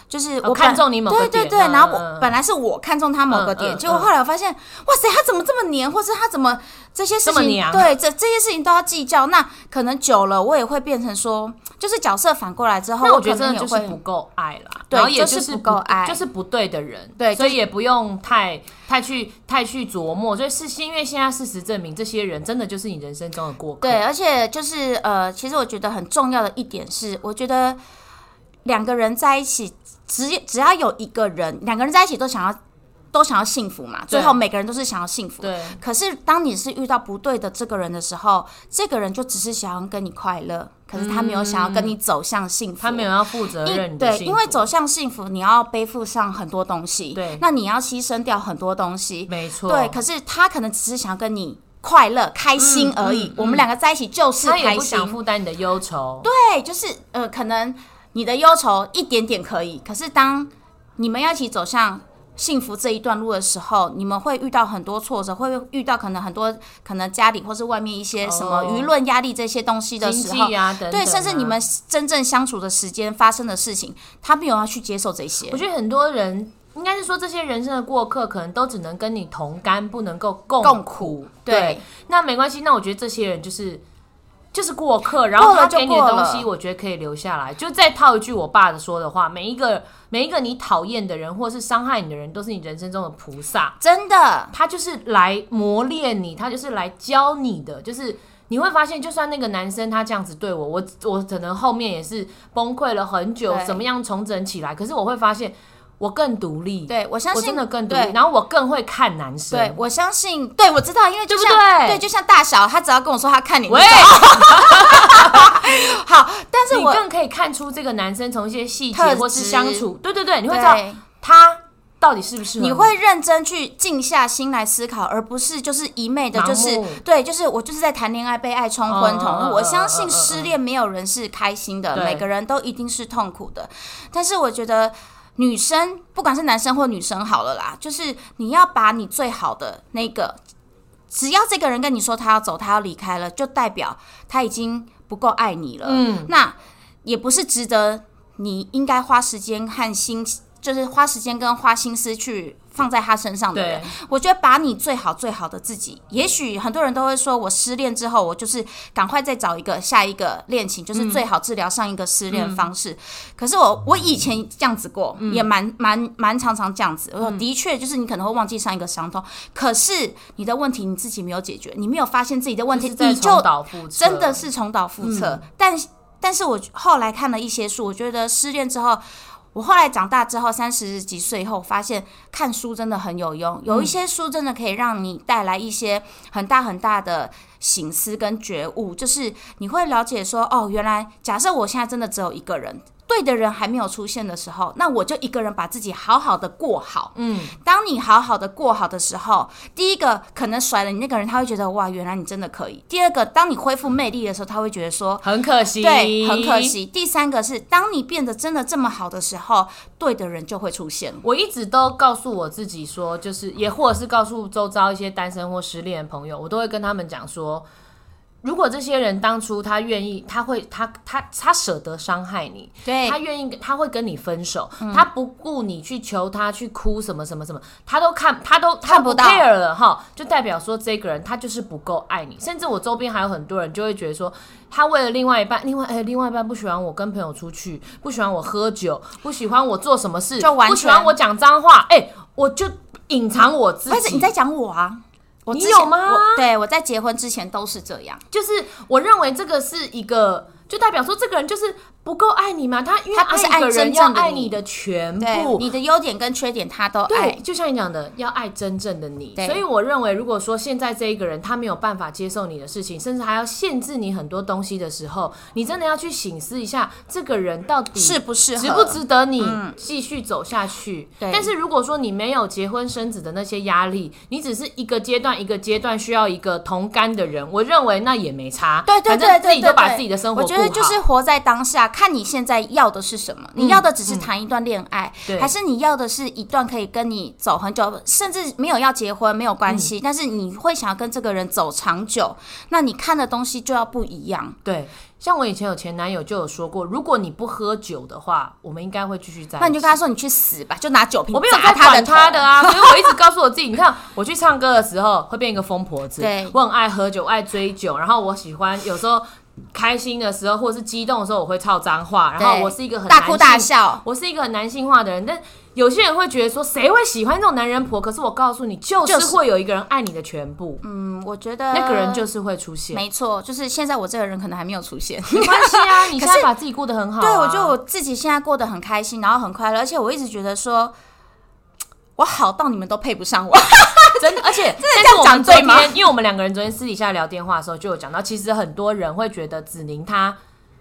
Speaker 2: 就是
Speaker 1: 呃
Speaker 2: 我
Speaker 1: 看
Speaker 2: 本
Speaker 1: 中你某个
Speaker 2: 对对
Speaker 1: 点
Speaker 2: 对，
Speaker 1: 嗯
Speaker 2: 然后
Speaker 1: 嗯
Speaker 2: 我本来是我看中他某个
Speaker 1: 嗯
Speaker 2: 点，
Speaker 1: 嗯
Speaker 2: 结果后来我发现，哇塞，他怎么这么黏，或是他怎么这些事
Speaker 1: 这么啊
Speaker 2: 情，
Speaker 1: 娘
Speaker 2: 对这这些事情都要计较，那可能久了我也会变成说，就是角色反过来之后，
Speaker 1: (laughs) 那我
Speaker 2: 我
Speaker 1: 觉得
Speaker 2: 可能
Speaker 1: 真的
Speaker 2: 也
Speaker 1: 就
Speaker 2: 会
Speaker 1: 是不够爱啦，
Speaker 2: 对
Speaker 1: 然后也
Speaker 2: 就是是不够爱
Speaker 1: 就是不对的人，
Speaker 2: 对
Speaker 1: 所以
Speaker 2: 就
Speaker 1: 也不用太太去太去琢磨，所以是因为现在事实证明，这些人真的就是你人生中的过客，
Speaker 2: 对，而且就是呃，其实我觉得很重要的一点是，我觉得两个人在一起，只只要有一个人，两个人在一起都想要都想要幸福嘛，最
Speaker 1: 对
Speaker 2: 后每个人都是想要幸福。
Speaker 1: 对
Speaker 2: 可是当你是遇到不对的这个人的时候，这个人就只是想要跟你快乐，可是他没有想要跟你走向幸福。
Speaker 1: 嗯他没有要负责任
Speaker 2: 因
Speaker 1: 你的
Speaker 2: 对，
Speaker 1: 幸
Speaker 2: 因为
Speaker 1: 福
Speaker 2: 走向幸福，你要背负上很多东西，
Speaker 1: 对
Speaker 2: 那你要牺牲掉很多东西，
Speaker 1: 没错，
Speaker 2: 对，可是他可能只是想要跟你快乐、开心而已。我们两个在一起就是
Speaker 1: 嗯他也
Speaker 2: 开
Speaker 1: 不
Speaker 2: 心
Speaker 1: 想，负担你的忧愁，
Speaker 2: 对，就是呃，可能你的忧愁一点点可以，可是当你们要一起走向。幸福这一段路的时候，你们会遇到很多挫折，会遇到可能很多可能家里或是外面一些什么
Speaker 1: 哦
Speaker 2: 舆论压力这些东西的
Speaker 1: 经
Speaker 2: 时候，
Speaker 1: 济啊等等啊，
Speaker 2: 对，甚至你们真正相处的时间发生的事情，他没有要去接受这些
Speaker 1: 我。觉得很多人应该是说，这些人生的过客可能都只能跟你同甘，不能够共
Speaker 2: 共
Speaker 1: 苦。
Speaker 2: 对
Speaker 1: 那没关系。那我觉得这些人就是就是过客，然后
Speaker 2: 过
Speaker 1: 他
Speaker 2: 了就
Speaker 1: 给你的
Speaker 2: 过
Speaker 1: 东
Speaker 2: 了
Speaker 1: 西，我觉得可以留下来。就再套一句我爸的说的话：每一个每一个你讨厌的人，或是伤害你的人，都是你人生中的菩萨。
Speaker 2: 真的，
Speaker 1: 他就是来磨练你，他就是来教你的，就是。你会发现，就算那个男生他这样子对我，我我可能后面也是崩溃了很久，
Speaker 2: 对
Speaker 1: 怎么样重整起来？可是我会发现，我更独立，
Speaker 2: 对我相
Speaker 1: 我
Speaker 2: 信
Speaker 1: 真的更独
Speaker 2: 对
Speaker 1: 立，然后我更会看男生。
Speaker 2: 对，我相信，对我知道，因为就
Speaker 1: 对不
Speaker 2: 像
Speaker 1: 对
Speaker 2: 就像大小，他只要跟我说他看你，
Speaker 1: 喂，
Speaker 2: 好，但是
Speaker 1: 你
Speaker 2: 我
Speaker 1: 更可以看出这个男生从一些细节
Speaker 2: 特质
Speaker 1: 或是相处，对对对，嗯你会知道
Speaker 2: 对，
Speaker 1: 他到底是不是
Speaker 2: 你会认真去静下心来思考，而不是就是一昧的，
Speaker 1: 盲目
Speaker 2: 就是对，就是我就是在谈恋爱被爱冲昏头。
Speaker 1: 嗯嗯嗯
Speaker 2: 我
Speaker 1: 嗯
Speaker 2: 相
Speaker 1: 嗯嗯
Speaker 2: 信失恋没有人是开心的，
Speaker 1: 对
Speaker 2: 每个人都一定是痛苦的。但是我觉得。女生，不管是男生或女生，好了啦，就是你要把你最好的那个只要这个人跟你说他要走，他要离开了，就代表他已经不够爱你了。嗯，那也不是值得你应该花时间和心，就是花时间跟花心思去放在他身上的人
Speaker 1: 对，
Speaker 2: 我觉得把你最好最好的自己，也许很多人都会说，我失恋之后，我就是赶快再找一个下一个恋
Speaker 1: 嗯
Speaker 2: 情，就是最好治疗上一个失恋的方式。可是我我以前这样子过，
Speaker 1: 嗯
Speaker 2: 也蛮蛮蛮常常这样子。我的确就是你可能会忘记上一个伤痛，可是你的问题你自己没有解决，你没有发现自己的问题，
Speaker 1: 就是在
Speaker 2: 你就
Speaker 1: 重蹈覆辙，
Speaker 2: 真的是重蹈覆辙。但但是我后来看了一些书，我觉得失恋之后，我后来长大之后，三十几岁以后，发现看书真的很有用。有一些书真的可以让你带来一些很大很大的醒思跟觉悟，就是你会了解说，哦，原来假设我现在真的只有一个人。对的人还没有出现的时候，那我就一个人把自己好好的过好。嗯，当你好好的过好的时候，第一个可能甩了你那个人，他会觉得哇，原来你真的可以。第二个，当你恢复魅力的时候，他会觉得说，
Speaker 1: 很可惜，
Speaker 2: 对，很可。惜。第三个是，当你变得真的这么好的时候，对的人就会出现。
Speaker 1: 我一直都告诉我自己说，就是也或者是告诉周遭一些单身或失恋的朋友，我都会跟他们讲说，如果这些人当初他愿意，他会他他他舍得伤害你，
Speaker 2: 对
Speaker 1: 他愿意跟，他会跟你分手，
Speaker 2: 嗯
Speaker 1: 他不顾你去求他去哭什么什么什么，他都看他都他
Speaker 2: 看不到
Speaker 1: care 了哈，就代表说这个人他就是不够爱你。甚至我周边还有很多人就会觉得说，他为了另外一半，另外哎、另外一半不喜欢我跟朋友出去，不喜欢我喝酒，不喜欢我做什么事，
Speaker 2: 就完全
Speaker 1: 不喜欢我讲脏话，哎、我就隐藏我自己。
Speaker 2: 但是你在讲我啊，我
Speaker 1: 你
Speaker 2: 之前
Speaker 1: 有吗
Speaker 2: 我对我在结婚之前都是这样，
Speaker 1: 就是我认为这个是一个，就代表说这个人就是不够爱你嘛，他因为
Speaker 2: 他不是
Speaker 1: 爱一个
Speaker 2: 爱真
Speaker 1: 人要
Speaker 2: 正的
Speaker 1: 爱
Speaker 2: 你
Speaker 1: 你的全
Speaker 2: 对
Speaker 1: 部，
Speaker 2: 你的优点跟缺点他都
Speaker 1: 对
Speaker 2: 爱，。
Speaker 1: 就像你讲的，要爱真正的你。
Speaker 2: 对
Speaker 1: 所以我认为，如果说现在这一个人他没有办法接受你的事情，甚至还要限制你很多东西的时候，你真的要去醒思一下，这个人到底
Speaker 2: 适不适合？嗯
Speaker 1: 值不值得你继续走下去？
Speaker 2: 对
Speaker 1: 但是如果说你没有结婚生子的那些压力，你只是一个阶段一个阶段需要一个同甘的人，我认为那也没差。
Speaker 2: 对对
Speaker 1: 反
Speaker 2: 对对
Speaker 1: 正自己
Speaker 2: 对
Speaker 1: 都把
Speaker 2: 对
Speaker 1: 自己的生活
Speaker 2: 我
Speaker 1: 过
Speaker 2: 觉
Speaker 1: 好。嗯
Speaker 2: 得就是活在当下，看你现在要的是什么。你要的只是谈一段恋爱，
Speaker 1: 对
Speaker 2: 还是你要的是一段可以跟你走很久，甚至没有要结婚没有关
Speaker 1: 嗯
Speaker 2: 系，但是你会想要跟这个人走长久，那你看的东西就要不一样。
Speaker 1: 对，像我以前有前男友就有说过，如果你不喝酒的话，我们应该会继续在一起。
Speaker 2: 那你就跟他说你去死吧，就拿酒瓶
Speaker 1: 我没有
Speaker 2: 砸
Speaker 1: 在
Speaker 2: 他的
Speaker 1: 管
Speaker 2: 头
Speaker 1: 他的
Speaker 2: (laughs)
Speaker 1: 啊，所以我一直告诉我自己，你看我去唱歌的时候会变一个疯婆子，
Speaker 2: 对
Speaker 1: 我很爱喝酒，爱追酒，然后我喜欢有时候开心的时候或者是激动的时候，我会操脏话，然后
Speaker 2: 对
Speaker 1: 我是一个很
Speaker 2: 大哭
Speaker 1: 男性
Speaker 2: 大笑。
Speaker 1: 我是一个很男性化的人，但有些人会觉得说，谁会喜欢这种男人婆？可是我告诉你，就
Speaker 2: 就是是
Speaker 1: 会有一个人爱你的全部，
Speaker 2: 嗯，我觉得
Speaker 1: 那个人就是会出现。
Speaker 2: 没错，就是现在我这个人可能还没有出现。
Speaker 1: 没关系
Speaker 2: (laughs)
Speaker 1: 啊，你现
Speaker 2: 可
Speaker 1: 在
Speaker 2: 是
Speaker 1: 把自己顾得很好、啊。
Speaker 2: 对，我觉得我自己现在过得很开心，然后很快乐，而且我一直觉得说，我好到你们都配不
Speaker 1: (laughs)
Speaker 2: 上我。
Speaker 1: 真的，而且真
Speaker 2: 这样讲对吗
Speaker 1: 因为我们两个人昨天私底下聊电话的时候就有讲到，其实很多人会觉得子宁她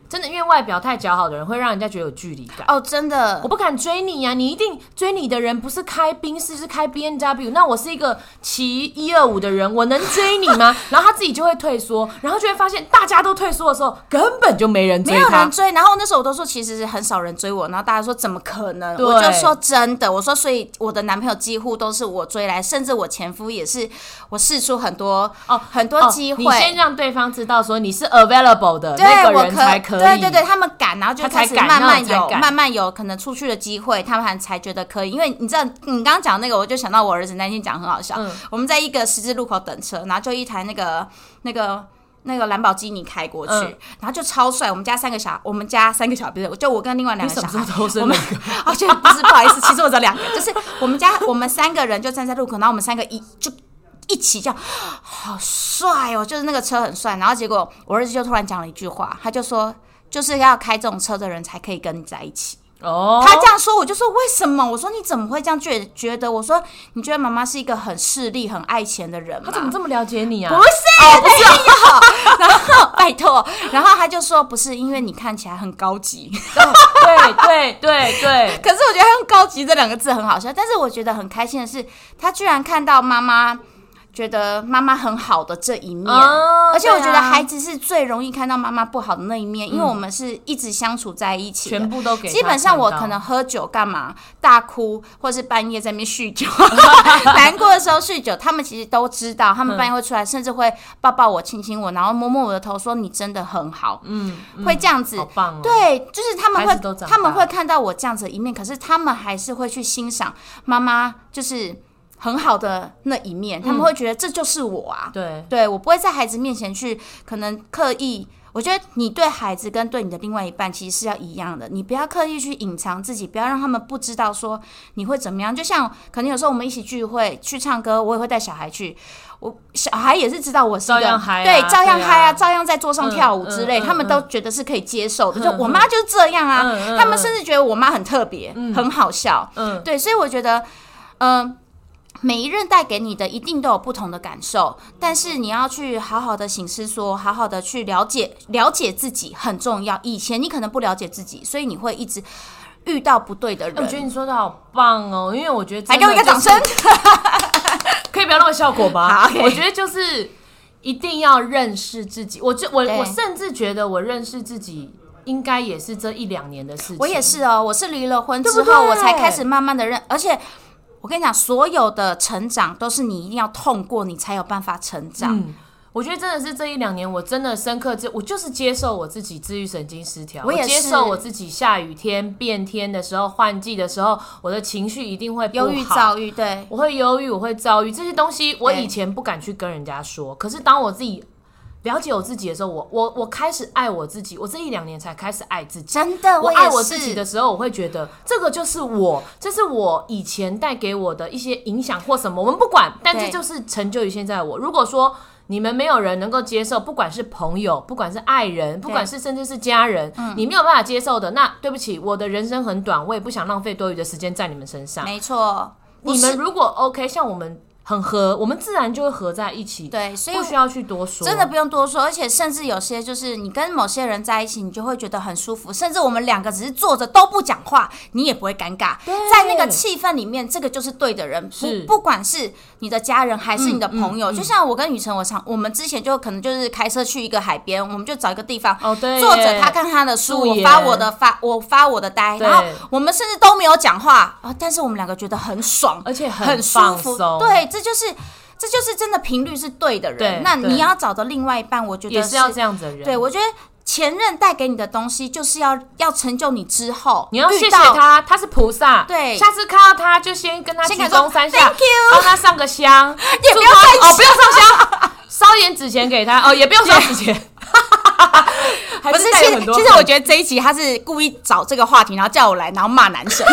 Speaker 1: 真的因为外表太姣好的人会让人家觉得有距离感。
Speaker 2: 哦，真的
Speaker 1: 我，不敢追你呀、啊你一定追你的人不是开宾士，是开 B N W。那我是一个骑一二五的人，我能追你
Speaker 2: (laughs)
Speaker 1: 吗？然后他自己就会退缩，然后就会发现大家都退缩的时候，根本就没人
Speaker 2: 没
Speaker 1: 追
Speaker 2: 有
Speaker 1: 他
Speaker 2: 人。追。然后那时候我都说，其实是很少人追我。然后大家说怎么可能？
Speaker 1: 对
Speaker 2: 我就说真的，我说所以我的男朋友几乎都是我追来，甚至我前夫也是，我试出很多
Speaker 1: 哦
Speaker 2: 很多机
Speaker 1: 哦
Speaker 2: 会。
Speaker 1: 你先让对方知道说你是 available 的
Speaker 2: 对
Speaker 1: 那个
Speaker 2: 我
Speaker 1: 人才可以。
Speaker 2: 对对对，他们敢，然后就
Speaker 1: 他才
Speaker 2: 开始
Speaker 1: 敢
Speaker 2: 慢
Speaker 1: 那我
Speaker 2: 慢
Speaker 1: 才
Speaker 2: 有
Speaker 1: 敢
Speaker 2: 慢慢有可能出去的机会，他们才觉得可以。因为你知道，你刚刚讲那个，我就想到我儿子那天讲很好笑。
Speaker 1: 嗯
Speaker 2: 我们在一个十字路口等车，然后就一台那个那个。那个兰博基尼开过去，
Speaker 1: 嗯
Speaker 2: 然后就超帅。我们家三个小，我们家三个小，不是，就我跟另外两
Speaker 1: 你
Speaker 2: 个
Speaker 1: 什
Speaker 2: 小
Speaker 1: 么时
Speaker 2: 孩
Speaker 1: 候，偷生
Speaker 2: (laughs) 我
Speaker 1: 了
Speaker 2: 们？而且不是不好意思，其实我只有两个，就是我们家我们三个人就站在路口，然后我们三个一就一起叫，好帅哦，就是那个车很帅。然后结果我儿子就突然讲了一句话，他就说。就是要开这种车的人才可以跟你在一起。
Speaker 1: 哦，
Speaker 2: 他这样说，我就说为什么？我说你怎么会这样觉觉得？我说你觉得妈妈是一个很势利、很爱钱的人吗？
Speaker 1: 他怎么这么了解你啊？
Speaker 2: 不是，不
Speaker 1: 哦
Speaker 2: 是， (laughs) 然后拜托，然后他就说不是，因为你看起来很高级。
Speaker 1: 对对对
Speaker 2: (laughs)
Speaker 1: 对，
Speaker 2: 可是我觉得他用“高级”这两个字很好笑，但是我觉得很开心的是，他居然看到妈妈。觉得妈妈很好的这一面，
Speaker 1: 哦
Speaker 2: 而且我觉得
Speaker 1: 对啊
Speaker 2: 孩子是最容易看到妈妈不好的那一面，因为我们是一直相处在一起的，
Speaker 1: 啊嗯全部都给他看到。
Speaker 2: 基本上我可能喝酒干嘛大哭，或是半夜在那边
Speaker 1: (laughs)
Speaker 2: 酗酒，难过的时候酗酒，他们其实都知
Speaker 1: 嗯
Speaker 2: 道，他们半夜会出来，甚至会抱抱我、亲亲我，然后摸摸我的头，说你真的很好，
Speaker 1: 嗯，嗯
Speaker 2: 会这样子
Speaker 1: 好。棒哦。
Speaker 2: 对，就是他们
Speaker 1: 孩子都
Speaker 2: 会，
Speaker 1: 长大
Speaker 2: 他们会看到我这样子的一面，可是他们还是会去欣赏妈妈就是很好的那一面，他们会觉得这就是我啊。
Speaker 1: 对
Speaker 2: 对我不会在孩子面前去可能刻意。我觉得你对孩子跟对你的另外一半其实是要一样的，你不要刻意去隐藏自己，不要让他们不知道说你会怎么样。就像可能有时候我们一起聚会去唱歌，我也会带小孩去，我小孩也是知道我是一个
Speaker 1: 照样嗨啊
Speaker 2: 对，照样
Speaker 1: 对啊
Speaker 2: 嗨啊，照样在桌上跳舞之类，
Speaker 1: 嗯嗯嗯
Speaker 2: 他们都觉得是可以接受的。就我妈就是这样啊，
Speaker 1: 嗯嗯
Speaker 2: 他们甚至觉得我妈很特别，很好笑。
Speaker 1: 嗯
Speaker 2: 对，所以我觉得，嗯、每一任带给你的一定都有不同的感受，但是你要去好好的醒思说，好好的去了解了解自己很重要。以前你可能不了解自己，所以你会一直遇到不对的
Speaker 1: 哎我觉
Speaker 2: 人。
Speaker 1: 得你说的好棒哦，因为我觉得
Speaker 2: 来给我一个掌声，
Speaker 1: 真的就是，可以不要那么效果吧？
Speaker 2: (laughs) 好，OK
Speaker 1: 我觉得就是一定要认识自己。我就我
Speaker 2: 对
Speaker 1: 我甚至觉得我认识自己应该也是这一两年的事情。
Speaker 2: 我也是哦，我是离了婚之
Speaker 1: 对不
Speaker 2: 后，
Speaker 1: 对
Speaker 2: 我才开始慢慢的认，而且我跟你讲，所有的成长都是你一定要痛过，你才有办法成长。
Speaker 1: 嗯，我觉得真的是这一两年，我真的深刻知，我就是接受我自己自愈神经失调，
Speaker 2: 我也是
Speaker 1: 接受我自己下雨天、变天的时候、换季的时候，我的情绪一定会不好
Speaker 2: 忧郁、躁郁，对，
Speaker 1: 我会忧郁，我会躁郁，这些东西我
Speaker 2: 对
Speaker 1: 以前不敢去跟人家说，可是当我自己了解我自己的时候，我我我开始爱我自己，我这一两年才开始爱自己。
Speaker 2: 真的，
Speaker 1: 我
Speaker 2: 也是
Speaker 1: 爱我自己的时候，我会觉得这个就是我，这是我以前带给我的一些影响或什么，我们不管，但这
Speaker 2: 对
Speaker 1: 就是成就于现在的我。如果说你们没有人能够接受，不管是朋友，不管是爱人，不管是甚至是家人，
Speaker 2: 嗯
Speaker 1: 你没有办法接受的，那对不起，我的人生很短，我也不想浪费多余的时间在你们身上。
Speaker 2: 没错。
Speaker 1: 你
Speaker 2: 不是
Speaker 1: 们如果 OK，像我们很合，我们自然就会合在一起，
Speaker 2: 对，所以
Speaker 1: 不需要去多说。
Speaker 2: 真的不用多说，而且甚至有些就是你跟某些人在一起，你就会觉得很舒服。甚至我们两个只是坐着都不讲话，你也不会尴尬
Speaker 1: 对。
Speaker 2: 在那个气氛里面，这个就是对的人。
Speaker 1: 是
Speaker 2: 不不管是你的家人还是你的朋友，
Speaker 1: 嗯嗯
Speaker 2: 就像我跟雨辰，我常我们之前就可能就是开车去一个海边，我们就找一个地方。
Speaker 1: 哦，对耶，
Speaker 2: 坐着他看他的书，
Speaker 1: 素
Speaker 2: 我
Speaker 1: 颜
Speaker 2: 发我的发，我发我的呆，
Speaker 1: 对
Speaker 2: 然后我们甚至都没有讲话啊，但是我们两个觉得很爽，
Speaker 1: 而且
Speaker 2: 很舒
Speaker 1: 放
Speaker 2: 服
Speaker 1: 松，，
Speaker 2: 对，这就是这就是真的频率是对的人
Speaker 1: 对。
Speaker 2: 那
Speaker 1: 对
Speaker 2: 你要找的另外一半，我觉得
Speaker 1: 也是要这样子的人。
Speaker 2: 对我觉得前任带给你的东西，就是要要成就你之后，
Speaker 1: 你要谢
Speaker 2: 遇
Speaker 1: 谢
Speaker 2: 到，
Speaker 1: 他，他是菩萨。
Speaker 2: 对
Speaker 1: 下次看到他就先跟他鞠
Speaker 2: 先跟他
Speaker 1: 躬
Speaker 2: 说
Speaker 1: 三下
Speaker 2: Thank you
Speaker 1: 帮他上个香， (laughs) 也
Speaker 2: 不要上香
Speaker 1: 哦，不要上香，烧点纸钱给他哦，也不用烧纸钱。 (laughs) 还
Speaker 2: 不是，
Speaker 1: 带
Speaker 2: 其
Speaker 1: 有
Speaker 2: 实
Speaker 1: 很多
Speaker 2: 其实我觉得这一集他是故意找这个话题，然后叫我来，然后骂男生。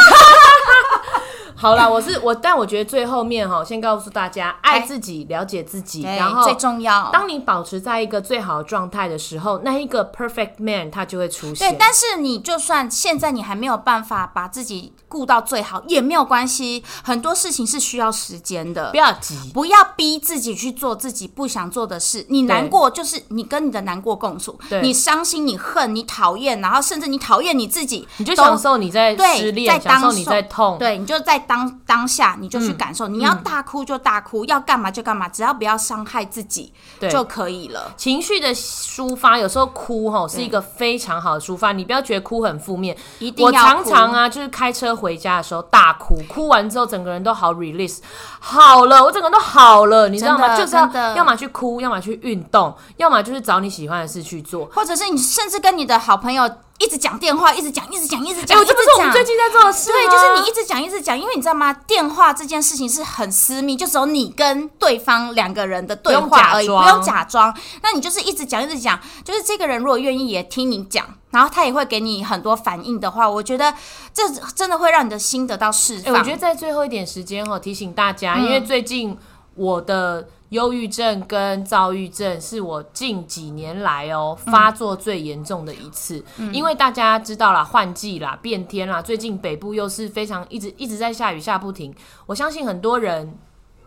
Speaker 1: 好啦，我是我，但我觉得最后面哈，先告诉大家，爱自己，了解自己，
Speaker 2: 对
Speaker 1: (laughs) 然后
Speaker 2: 最重要。
Speaker 1: 当你保持在一个最好的状态的时候，那一个 perfect man 他就会出现。
Speaker 2: 对，但是你就算现在你还没有办法把自己顾到最好，也没有关系，很多事情是需要时间的
Speaker 1: 不。要急，
Speaker 2: 不要逼自己去做自己不想做的事。你难过就是你跟你的难过共处
Speaker 1: 对，
Speaker 2: 你伤心、你恨、你讨厌，然后甚至你讨厌你自己，
Speaker 1: 你就
Speaker 2: 都
Speaker 1: 享受你在失
Speaker 2: 对，在
Speaker 1: 恋，享
Speaker 2: 当
Speaker 1: 受你在痛，嗯
Speaker 2: 对，你就在当当下，你就去感受。你要大哭就大哭，要干嘛就干嘛，只要不要伤害自己
Speaker 1: 对
Speaker 2: 就可以了。
Speaker 1: 情绪的抒发，有时候哭吼是一个非常好的抒发。你不要觉得哭很负面，
Speaker 2: 嗯一定
Speaker 1: 我
Speaker 2: 要
Speaker 1: 常
Speaker 2: 哭
Speaker 1: 常啊，就是开车回家的时候大哭，哭完之后整个人都好 release，好了，我整个人都好了，你知道吗？
Speaker 2: 真的
Speaker 1: 就是要
Speaker 2: 真的
Speaker 1: 要么去哭，要么去运动，要么就是找你喜欢的事去做。
Speaker 2: 或者是你甚至跟你的好朋友一直讲电话，一直讲，一直讲，一直
Speaker 1: 哎、
Speaker 2: 讲，
Speaker 1: 我
Speaker 2: 一直
Speaker 1: 这不是我
Speaker 2: 讲
Speaker 1: 们最近在做的事啊吗、
Speaker 2: 对，啊就是你一直讲一直讲，因为你知道吗？电话这件事情是很私密，就只有你跟对方两个人的对话而已，
Speaker 1: 不
Speaker 2: 不
Speaker 1: 用假装
Speaker 2: 用假装。那你就是一直讲一直讲，就是这个人如果愿意也听你讲，然后他也会给你很多反应的话，我觉得这真的会让你的心得到释
Speaker 1: 哎、
Speaker 2: 放。
Speaker 1: 我觉得在最后一点时间哦，提醒大家，因为最近我的忧郁症跟躁郁症是我近几年来哦发作最严重的一次。因为大家知道啦，换季啦、变天啦，最近北部又是非常一直一直在下雨下不停，我相信很多人。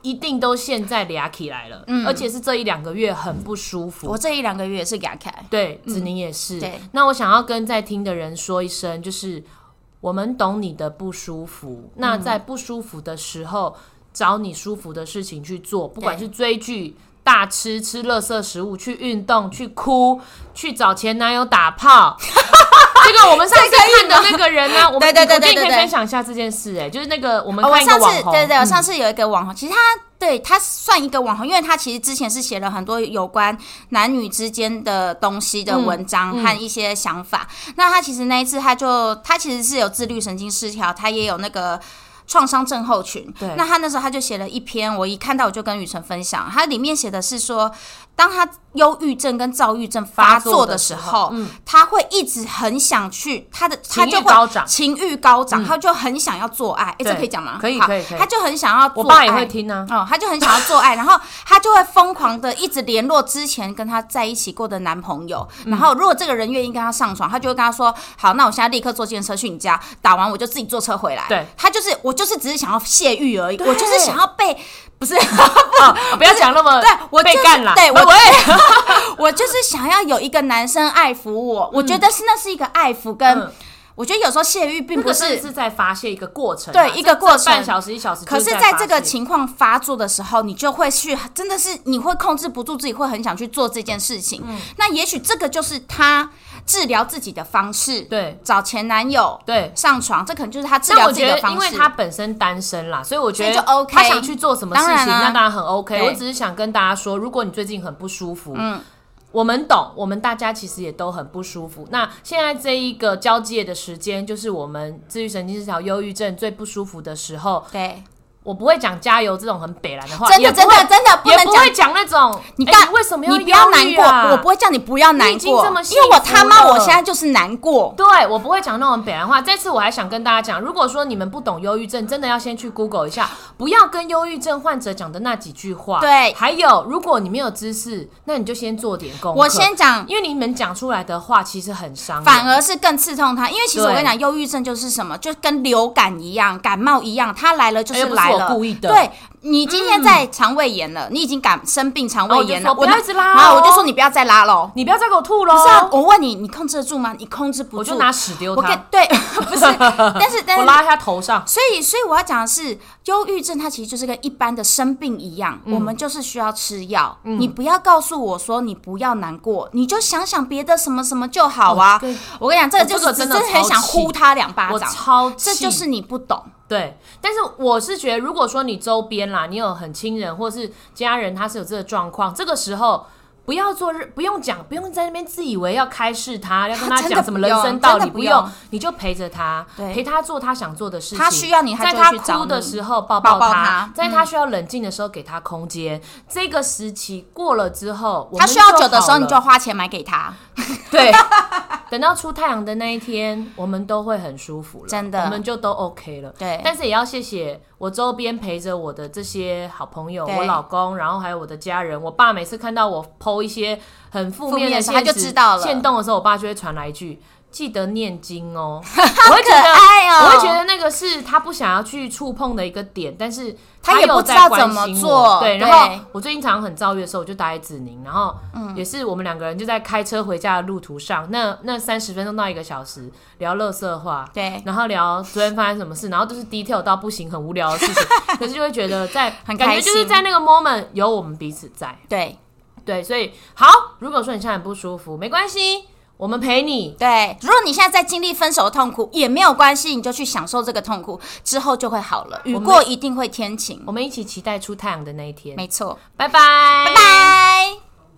Speaker 1: 一定都现在俩起来了，而且是这一两个月很不舒服。
Speaker 2: 我这一两个月也是给他开，
Speaker 1: 对，子宁也是。
Speaker 2: 嗯对
Speaker 1: 那我想要跟在听的人说一声，就是我们懂你的不舒服。那在不舒服的时候，找你舒服的事情去做，不管是追剧、大吃、吃垃圾食物、去运动、去哭、去找前男友打炮。 (laughs) 这个我们上次看的那个人呢、我们
Speaker 2: 对对对对
Speaker 1: 我觉得你可以
Speaker 2: 对对
Speaker 1: 分享一下这件事、哎，就是那个我们
Speaker 2: 哦我
Speaker 1: 看一个
Speaker 2: 上
Speaker 1: 网
Speaker 2: 次
Speaker 1: 红，
Speaker 2: 对对，我
Speaker 1: 嗯
Speaker 2: 上次有一个网红，其实他对他算一个网红，因为他其实之前是写了很多有关男女之间的东西的文章和一些想法。那他其实那一次他就他其实是有自律神经失调，他也有那个。创伤症候群
Speaker 1: 对，
Speaker 2: 那他那时候他就写了一篇，我一看到我就跟雨辰分享，他里面写的是说，当他忧郁症跟躁郁症发作的时
Speaker 1: 发作
Speaker 2: 候，他会一直很想去他的，他
Speaker 1: 嗯情欲
Speaker 2: 就会
Speaker 1: 高涨嗯
Speaker 2: 情欲高涨，他就很想要做爱，哎，这
Speaker 1: 对
Speaker 2: 可以讲吗？
Speaker 1: 可以
Speaker 2: 好
Speaker 1: 可以可以
Speaker 2: 他就很想要
Speaker 1: 我
Speaker 2: 做爱，
Speaker 1: 爸也会听啊。
Speaker 2: 哦，他就很想要做爱，然后他就会疯狂的一直联络之前跟他在一起过的男朋友，
Speaker 1: 嗯
Speaker 2: 然后如果这个人愿意跟他上床，他就会跟他说：“好，那我现在立刻坐电车去你家，打完我就自己坐车回来。”
Speaker 1: 对，
Speaker 2: 他就是我就是只是想要泄欲而已，我就是想要被不是。
Speaker 1: (laughs) 啊不要讲那么
Speaker 2: 对我就
Speaker 1: 被
Speaker 2: 哦是
Speaker 1: 干了，
Speaker 2: 对我
Speaker 1: 喂喂
Speaker 2: 我就是想要有一个男生爱抚我，我觉得是那是一个爱抚，跟、
Speaker 1: 嗯
Speaker 2: 我觉得有时候泄欲并
Speaker 1: 那
Speaker 2: 不
Speaker 1: 个
Speaker 2: 是
Speaker 1: 是是在发泄一个过程啊，
Speaker 2: 对一个
Speaker 1: 这
Speaker 2: 过程
Speaker 1: 半小时一小时。
Speaker 2: 可是，
Speaker 1: 在
Speaker 2: 在这个
Speaker 1: 发泄
Speaker 2: 情况发作的时候，你就会去，真的是你会控制不住自己，会很想去做这件事情。
Speaker 1: 嗯
Speaker 2: 那也许这个就是他治疗自己的方式，
Speaker 1: 对
Speaker 2: 找前男友，
Speaker 1: 对，
Speaker 2: 上床，这可能就是他治
Speaker 1: 但
Speaker 2: 疗
Speaker 1: 我
Speaker 2: 自己
Speaker 1: 觉
Speaker 2: 的
Speaker 1: 得，
Speaker 2: 方式。
Speaker 1: 因为他本身单身啦，所以我觉得
Speaker 2: 所以就 OK
Speaker 1: 他想去做什么事情，
Speaker 2: 当然啊
Speaker 1: 那当然很 OK。
Speaker 2: 对
Speaker 1: 我只是想跟大家说，如果你最近很不舒服，嗯。我们懂，我们大家其实也都很不舒服。那现在这一个交界的时间，就是我们自律神经失调、忧郁症最不舒服的时候。
Speaker 2: 对，
Speaker 1: 我不会讲加油这种很北蓝的话，
Speaker 2: 真
Speaker 1: 也
Speaker 2: 的
Speaker 1: 不会
Speaker 2: 真的真的不
Speaker 1: 也
Speaker 2: 能
Speaker 1: 不
Speaker 2: 讲
Speaker 1: 会。讲那种
Speaker 2: 你
Speaker 1: 哎
Speaker 2: 大、
Speaker 1: 为什么
Speaker 2: 你不
Speaker 1: 要
Speaker 2: 要
Speaker 1: 忧
Speaker 2: 难
Speaker 1: 郁
Speaker 2: 过，
Speaker 1: 啊
Speaker 2: 我不会叫你不要难
Speaker 1: 已经
Speaker 2: 过
Speaker 1: 这么，
Speaker 2: 因为我他
Speaker 1: 幸
Speaker 2: 妈
Speaker 1: 福了
Speaker 2: 我现在就是难过。
Speaker 1: 对我不会讲那种北兰话。这次我还想跟大家讲，如果说你们不懂忧郁症，真的要先去 Google 一下，不要跟忧郁症患者讲的那几句话。
Speaker 2: 对
Speaker 1: 还有如果你没有知识，那你就先做点功课。
Speaker 2: 我先讲，
Speaker 1: 因为你们讲出来的话其实很伤人。
Speaker 2: 反而是更刺痛他，因为其实我
Speaker 1: 对
Speaker 2: 跟你讲，忧郁症就是什么，就跟流感一样、感冒一样，它来了就
Speaker 1: 哎又
Speaker 2: 是
Speaker 1: 不是
Speaker 2: 来
Speaker 1: 我
Speaker 2: 了。
Speaker 1: 故意的
Speaker 2: 对你今天在肠胃炎了，你已经感生病肠胃炎了，
Speaker 1: 然后我就说不要一直拉哦
Speaker 2: 然后我就说你不要再拉喽。
Speaker 1: 你不要再给我吐喽！
Speaker 2: 不是啊，我问你，你控制得住吗？你控制不
Speaker 1: 我
Speaker 2: 住。
Speaker 1: 就拿屎丢
Speaker 2: 我给
Speaker 1: 他，
Speaker 2: 对， (laughs) 不是，但是但
Speaker 1: 我
Speaker 2: 是。
Speaker 1: 拉他头上。
Speaker 2: 所以，所以我要讲的是，忧郁症它其实就是跟一般的生病一样，
Speaker 1: 嗯
Speaker 2: 我们就是需要吃药。你不要告诉我说你不要难过，你就想想别的什么什么就好
Speaker 1: 哦
Speaker 2: 啊。
Speaker 1: 对
Speaker 2: 我跟你讲，这个
Speaker 1: 哦
Speaker 2: 就是
Speaker 1: 这个
Speaker 2: 真
Speaker 1: 真
Speaker 2: 的
Speaker 1: 的
Speaker 2: 很想
Speaker 1: 超气
Speaker 2: 呼他两巴
Speaker 1: 我
Speaker 2: 掌。
Speaker 1: 超气，
Speaker 2: 这就是你不懂，
Speaker 1: 对，但是我是觉得，如果说你周边啦，你有很亲人或是家人，他是有这个状况，这个时候不要做任，不用讲，不用在那边自以为要开示他，要跟他
Speaker 2: (laughs) 真的
Speaker 1: 讲什么
Speaker 2: 不
Speaker 1: 人
Speaker 2: 用
Speaker 1: 生道
Speaker 2: 真
Speaker 1: 理，
Speaker 2: 的不
Speaker 1: 不用
Speaker 2: 用，
Speaker 1: 你就陪着他，
Speaker 2: 对
Speaker 1: 陪他做他想做的事情。
Speaker 2: 他需要你他
Speaker 1: 在
Speaker 2: 就
Speaker 1: 他
Speaker 2: 去找
Speaker 1: 哭的
Speaker 2: 你
Speaker 1: 时候抱
Speaker 2: 抱抱
Speaker 1: 他
Speaker 2: 他，嗯
Speaker 1: 在他需要冷静的时候给他空间。这个时期过了之后，我
Speaker 2: 他
Speaker 1: 们
Speaker 2: 需要
Speaker 1: 就
Speaker 2: 酒的时
Speaker 1: 好
Speaker 2: 候你
Speaker 1: 了
Speaker 2: 就花钱买给他，
Speaker 1: 对，等到出太阳的那一天，我们都会很舒服了，
Speaker 2: 真的
Speaker 1: 我们就都 OK 了。
Speaker 2: 对
Speaker 1: 但是也要谢谢我周边陪着我的这些好朋友，
Speaker 2: 对
Speaker 1: 我老公，然后还有我的家人。我爸每次看到我 PO 一些很负面的
Speaker 2: 负面的
Speaker 1: 现
Speaker 2: 他就知道了
Speaker 1: 现动的时候，我爸就会传来一句。记得念经
Speaker 2: (laughs)
Speaker 1: 哦，我会觉得，
Speaker 2: 可爱哦
Speaker 1: 我会觉得那个是他不想要去触碰的一个点，但是
Speaker 2: 他也
Speaker 1: 有
Speaker 2: 不
Speaker 1: 在
Speaker 2: 知道
Speaker 1: 关
Speaker 2: 怎么
Speaker 1: 心我
Speaker 2: 做
Speaker 1: 对，然
Speaker 2: 对
Speaker 1: 后我最近常常很躁郁的时候，我就打给子宁，然后
Speaker 2: 嗯
Speaker 1: 也是我们两个人就在开车回家的路途上，那那三十分钟到一个小时聊乐色话，
Speaker 2: 对
Speaker 1: 然后聊昨天发生什么事，然后都是 detail 到不行，很无聊的
Speaker 2: (laughs)
Speaker 1: 事情，可是就会觉得在
Speaker 2: 很
Speaker 1: 感
Speaker 2: 开
Speaker 1: 觉就是
Speaker 2: 心
Speaker 1: 在那个 moment 有我们彼此在，
Speaker 2: 对
Speaker 1: 对，所以好，如果说你现在很不舒服，没关系，我们陪你。
Speaker 2: 对。如果你现在在经历分手的痛苦也没有关系，你就去享受这个痛苦，之后就会好了，雨
Speaker 1: 我们
Speaker 2: 过一定会天晴
Speaker 1: 我，们一起期待出太阳的那一天
Speaker 2: 没。错。
Speaker 1: 拜拜，拜
Speaker 2: 拜。